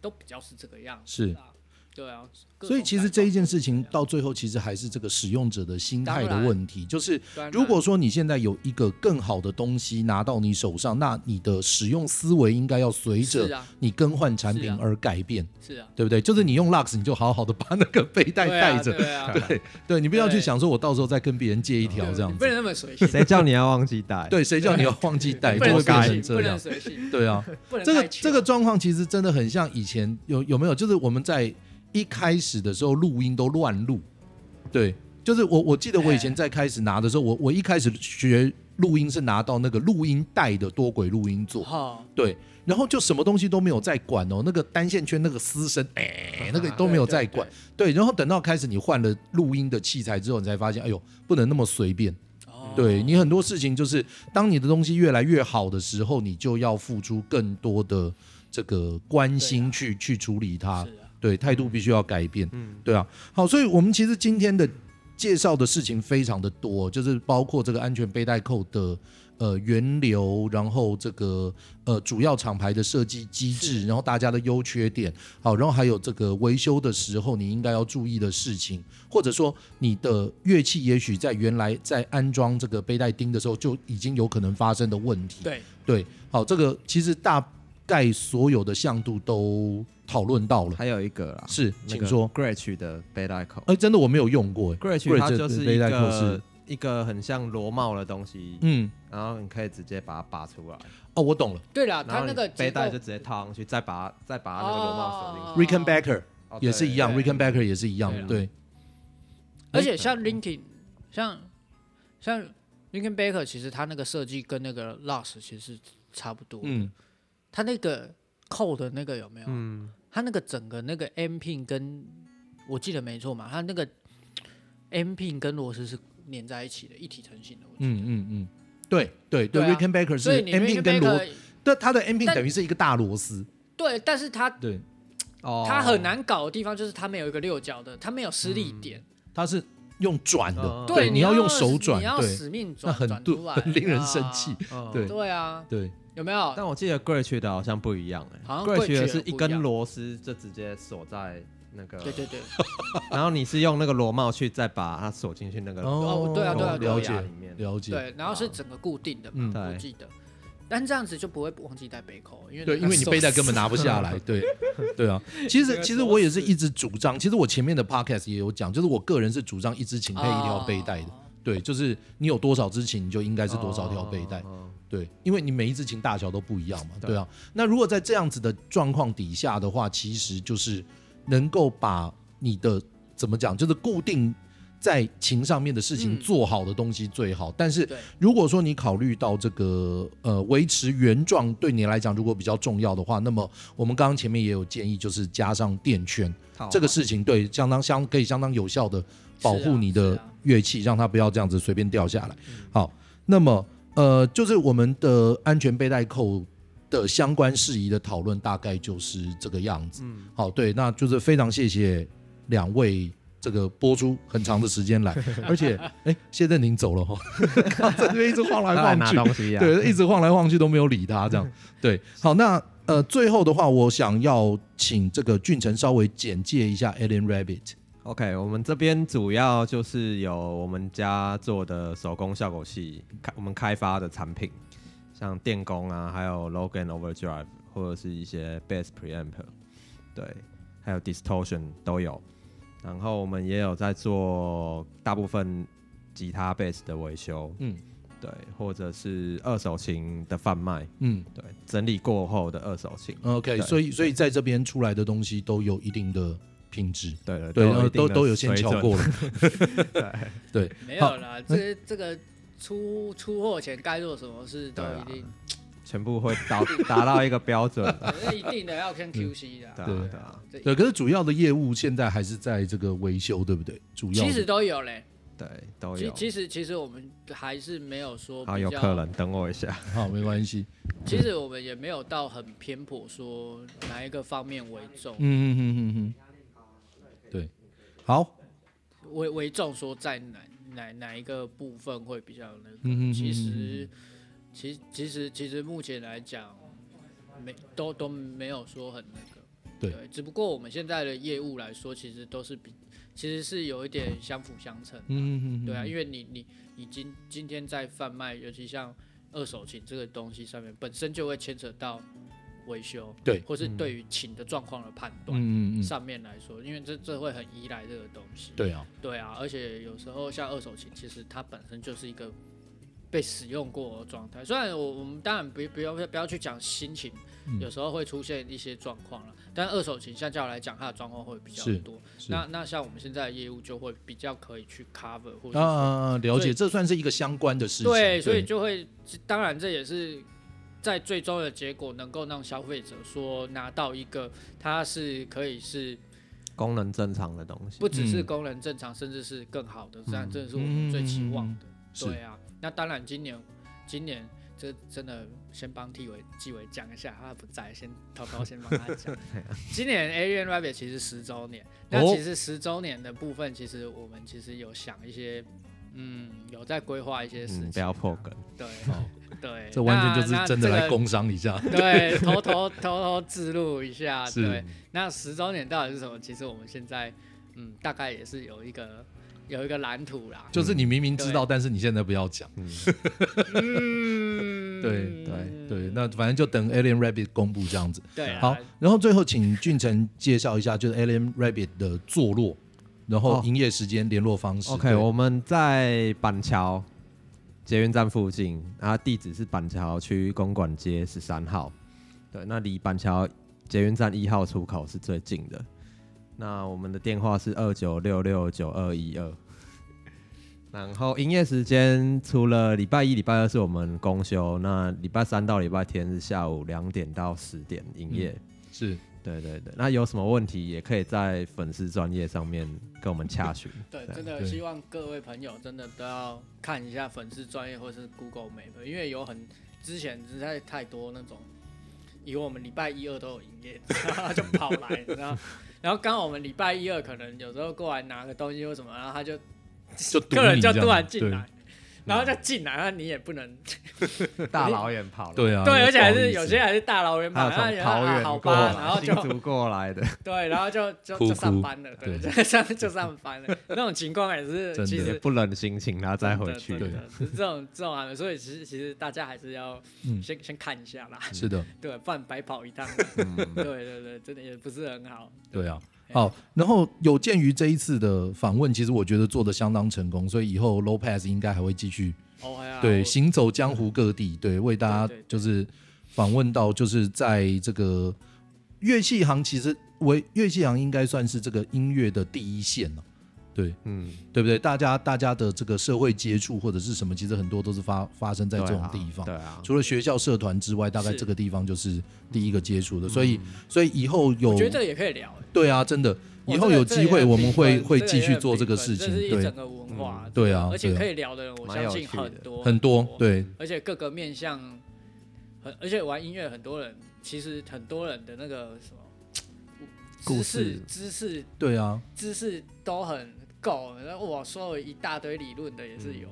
都比较是这个样子
是
啊，对啊，各
所以
种
其
改
实这
造
一件
都是
事情
这样
到最后，其实还是这个使用者的心态的
当然
问题，就是
当然
如果说你现在有一个更好的东西拿到你手上，那你的使用思维应该要随
是
着
啊
你更换产
是
品
啊
而改变，
是啊，
对不对？就是你用 Lux，你就好好的把那个背带
对啊
带着，
对啊。
对对，你不要去
对
想说我到时候再跟别人借一条
对啊
这样
你
子
不。能那么
<laughs>
随性，
<laughs> 谁叫你要忘记带？
对，谁叫你要忘记带，
不
就
能
会变
随
成
性，
这
不
样
能。随性，
对啊，
不能
这个
太
这
求
个状况其实真的很像以前有有没有？就是我们在一开始的时候录音都乱录，对，就是我我记得我以前在开始拿的时候，我我一开始学录音是拿到那个录音带的多轨录音座，
哈，
对，然后就什么东西都没有在管哦，那个单线圈那个嘶声，哎、
啊
那个都没有在管，对，然后等到开始你换了录音的器材之后，你才发现，哎呦，不能那么随便。
哦
对你很多事情就是，当你的东西越来越好的时候，你就要付出更多的这个关心去、去处理它。
是啊，
对，态度必须要改变。嗯，对啊。好，所以我们其实今天的介绍的事情非常的多，就是包括这个安全背带扣的呃源流，然后这个呃主要厂牌的设计机制，
是
然后大家的优缺点，好，然后还有这个维修的时候你应该要注意的事情，或者说你的乐器也许在原来在安装这个背带钉的时候就已经有可能发生的问题。
对，
对，好，这个其实大概所有的向度都讨论到了。
还有一
啊
个啦，
是，
那
请
个
说。
Gretsch 的背带口
哎、真的我没有用过、哎，
，Gretsch 它
Gretsch
就是
背
一
带扣是
个一个很像螺帽的东西，
嗯，
然后你可以直接把它拔出来，
哦，我懂了
对啦，
然
他
后
啊那
你
个
背
结
带
构
就直接套上去，再把它再把它那个螺帽锁进去
哦
，Rickenbacker
哦，
也是一样
对
，Rickenbacker 也是一样，
对啊
对，
而且
嗯
像 Linkin，像像 Linkin Baker，其实它那个设计跟那个 Loss 其实差不多，
嗯，
它那个扣的那个有没有？
嗯，
它那个整个那个 M pin 跟我记得没错嘛，它那个 M pin 跟螺丝是粘在一起的，一体成型的，我记得
嗯嗯嗯，对对对
对啊
，Rickenbacker 是
所以你
M pin
Linkin
跟螺，
Baker
但它的 M pin
但
等于是一个大螺丝，
对，但是它
对，
哦，
它很，难搞的地方就是它没有一个六角的，它没有施力点。
它是用转的，
嗯
对，
哦你
要用手转
你，要
对，
死命
那
转，
很
转
钝
出来，
很令人生气
嗯
啊。，
对
对啊，
对，
有没有？
但我记得 Gretsch 的好像不一样哎
好像
，Gretsch 的
Gretsch
是
的不一
一
样
根螺丝就直接锁在那个，
对对对，
然后你是用那个螺帽去再把它锁进去那个，
哦对啊对啊对啊
了
对啊
解
里面
了解，
对，然后是整个固定的嘛，
嗯
我记得。但这样子就不会忘记带背扣，因为
对，因为你背带根
<laughs>
本拿不下来，对，对啊。其实其实我也是一直主张，其实我前面的 podcast 也有讲，就是我个人是主张一支琴
你
配一定要背
哦
带的，对，就是你有多少支琴，你就应该是多少条背带，
哦
对，因为你每一支琴大小都不一样嘛，
对
对啊。那如果在这样子的状况底下的话，其实就是能够把你的怎么讲，就是固定在琴上面的事情
嗯
做好的东西最好。但是
对
如果说你考虑到这个呃维持原状对你来讲如果比较重要的话，那么我们刚刚前面也有建议，就是加上垫圈
好
这个事情，对，相当相可以相当有效的保护你
是啊
的
是啊嗯
乐器，让它不要这样子随便掉下来。好，那么呃，就是我们的安全背带扣的相关事宜的讨论大概就是这个样子。
嗯
好，对，那就是非常谢谢两位。这个播出很长的时间
<laughs>
来，而且哎，谢振宁走了哈、哦， <laughs> 靠在这边一直晃来
他来
晃
拿
去，
东西啊，
对，一直晃来晃去都没有理他，这样。对，好，那呃，最后的话，我想要请这个俊成稍微简介一下 Alien Rabbit。
OK，我们这边主要就是有我们家做的手工效果器，开我们开发的产品，像电工啊，还有 Logan Overdrive 或者是一些 Bass Preamp，对，还有 Distortion 都有。然后我们也有在做大部分吉他 Bass 的维修，
嗯
对，或者是二手琴的贩卖，
嗯
对，整理过后的二手琴，
，OK，
对
所以所以在这边出来的东西都有一定的品质，
对对
对，
有
呃
一定
都
的
都有先
水
敲
准
过了。
没有啦，这这个出出货前该做什么事都
对啊
一定
全部会达达到一个标准。
<laughs> 这一定的要先 QC
啊
对啊
的，
嗯对
对啊，
对
对，可是主要的业务现在还是在这个维修，对不对？主要
其实都有嘞。
对，都
其
有。
其实其实我们还是没有说
啊
好，
比
有客
较，
人等我一下。
好，没关系。
其实我们也没有到很偏颇说哪一个方面为重，
嗯嗯嗯嗯嗯，对，好，
为为重说在哪哪哪一个部分会比较那个。
嗯嗯嗯嗯嗯
其实其其实其实目前来讲，没都都没有说很那个。
对
只不过我们现在的业务来说，其实都是比其实是有一点相辅相成。
嗯嗯嗯，
对啊，因为你你你今今天在贩卖，尤其像二手琴这个东西上面，本身就会牵扯到维修，
对嗯
或是对于琴的状况的判断、
嗯嗯嗯，
上面来说，因为这这会很依赖这个东西。
对啊，
对啊，而且有时候像二手琴，其实它本身就是一个被使用过的状态。虽然我我们当然不不要不要去讲心情，
嗯
有时候会出现一些状况了，但二手琴相较来讲，它的状况会比较
是
多。
是
那那像我们现在的业务就会比较可以去 cover 或
啊
者是
啊，啊了
所
解，
以
这算是一个相关的事情。
对，所以就会，当然这也是在最终的结果能够让消费者说拿到一个它是可以是
功能正常的东西
不，只
嗯
是功能正常，甚至是更好的，这样这是我们最期望的。
是
对啊，那当然今年今年这真的先帮纪委纪委讲一下，他不在，先偷偷先帮他
<laughs>
讲。今年 Alien Rabbit 其实十周年，那
啊哦
其实十周年的部分，其实我们其实有想一些。嗯，有在规划一些事情、啊
嗯，不要破梗。
对
好
对，
哦这完全就
那
是真的来。<laughs>
<laughs> 那
工商一下。
这个对，偷偷偷偷自录一下。
是
对，那十周年到底是什么？其实我们现在，嗯，大概也是有一个有一个蓝
<laughs>
图啦。
就是你明明知道，但是你现在不要讲。
嗯，
嗯，
对
对
对，那反正就等 Alien Rabbit 公布这样子。
对啊。
好，然后最后请俊成介绍一下，就是 Alien Rabbit 的坐落，然后
哦
营业时间、联络方式。
OK，
对
我们在板桥捷运站附近，然后地址是板桥区公馆街十三号。对，那离板桥捷运站一号出口是最近的。那我们的电话是二九六六九二一二。然后营业时间除了礼拜一、礼拜二是我们公休，那礼拜三到礼拜天是下午两点到十点营业。
是
<laughs>
对对对，那有什么问题也可以在粉丝专业上面跟我们洽询。
对，
对
真的
对
希望各位朋友真的都要看一下粉丝专业或是 Google Map，因为有很之前实在太多那种，以为我们礼拜一二都有营业， <laughs> 然后他就跑来，你知道，然后刚好我们礼拜一二可能有时候过来拿个东西或什么，然后他就
就
客人就
这样
突然进来，然后就进来，那你也不能
大老远跑了，
对啊，
<laughs> 对，而且还
不好
是
意思
有些还是大老远
还
跑，
有
然后
从桃
也啊
园
好
过
吧，
来
然
<laughs>
后
新
就
竹过来的，
对，然后就就
哭
就
哭
上班了，对，
对
<laughs> 就上就上班了，那种情况也是
真的
其
也
实
不忍心请他再回去。
对
对， <laughs>
这种这种啊，所以其实其实大家还是要
嗯
先先看一下啦，
是的，
对，不然白跑一趟， <laughs> 对
嗯
对对，真的也不是很好，
对啊。好，然后有鉴于这一次的访问，其实我觉得做的相当成功，所以以后 Low Pass 应该还会继续
哦，哎呀
对
我
行走江湖各地，对为大家
对对
就是访问到，就是在这个乐器行，其实为乐器行应该算是这个音乐的第一线了、对
嗯，
对不对？大家大家的这个社会接触或者是什么，其实很多都是发发生在这种地方。
对啊，
除了学校社团之外，大概
是嗯
这个地方就是第一个接触的，所以所以以后有
我觉得这个也可以聊，哎
对啊，真的，
哇
以后
这个
有
这个
机
也
会
很
我们
缤
会
纷
会
这个
继
也
续
很
做
缤
这个
纷
事情
这是，一
对
整，个文化，
对啊
而且
对啊
可以聊的人，我
蛮
相
有
信
趣
很
的
多
很多对
而且各个面向很，而且玩音乐很多人其实很多人的那个什么
故
知识
事
知识
对啊，
知识都很够，然后我说了一大堆理论的也是有，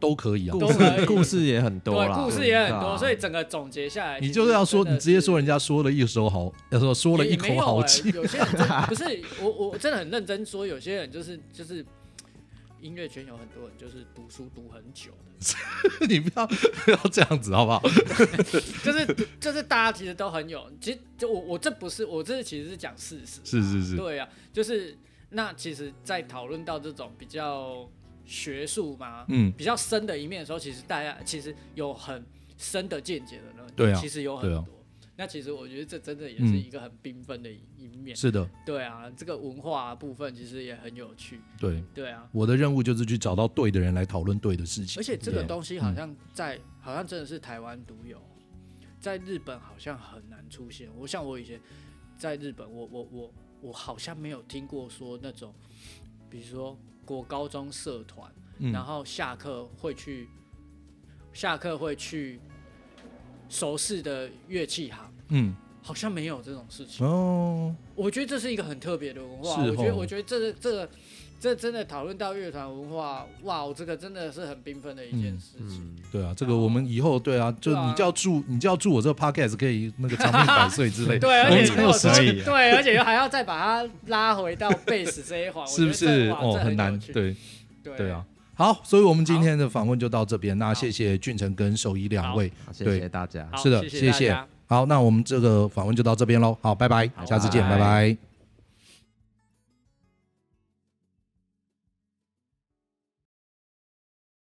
都可以啊。
都
故
可以
事故事也很多
对，
啦，
故事也很多，所
以
以整个总结下来，
啊你
其
就是
实
要说，
真
你
的
直接
是
说人家说了一手好，要说说了
也
一
也
口
没有
好
欸
气，
有些人真不是我，我我真的很认真说，有些人就是就是音乐圈有很多人就是读书读很久的，
<laughs> 你不要不要这样子好不好？
就是 <laughs> 就是大家其实都很有，其实就我我这不是我这其实是讲事实，
是是是，
对啊，就是那其实，在讨论到这种比较学术嘛，
嗯，
比较深的一面的时候，其实大家其实有很深的见解的人，
对啊
其实有很
对
多。
啊
那其实我觉得这真的也
嗯
是一个很缤纷的一一面，
是的，
对啊，这个文化部分其实也很有趣，
对。
对啊，
我的任务就是去找到对的人来讨论对的事情。
而且这个
对
东西好像在，好像真的是台湾独有，在日本好像很难出现。我像我以前在日本，我我我我好像没有听过说那种，比如说国高中社团，然
嗯，
后下课会去，下课会去熟识的乐器行，
嗯，
好像没有这种事情。
哦，
我觉得这是一个很特别的文化。
是
我觉
哦
得，我觉得这个这个这真的讨论到乐团文化，哇，这个真的是很缤纷的一件事情。
嗯，
对啊，这个我们以后对啊，就
对啊
你就要祝你就要祝我这个 podcast 可以那个长命百岁之类的，
<laughs> 对，而
<laughs> 我们
且
才
如
有
果
时
说
间，
间
对，而且又还要再把它拉回到贝斯这一环，我
<laughs>
觉
是
得
不
这
是？
哇
哦，
这
很
有
难，
趣
对
对
对啊。。好，所以我们今天的访问就到这边，那谢谢俊成跟守一两位。
好谢
对
谢大家。
好
是的，
谢谢大
谢
家。
好，那我们这个访问就到这边喽。好，拜拜，
好
下次见，
拜拜
拜拜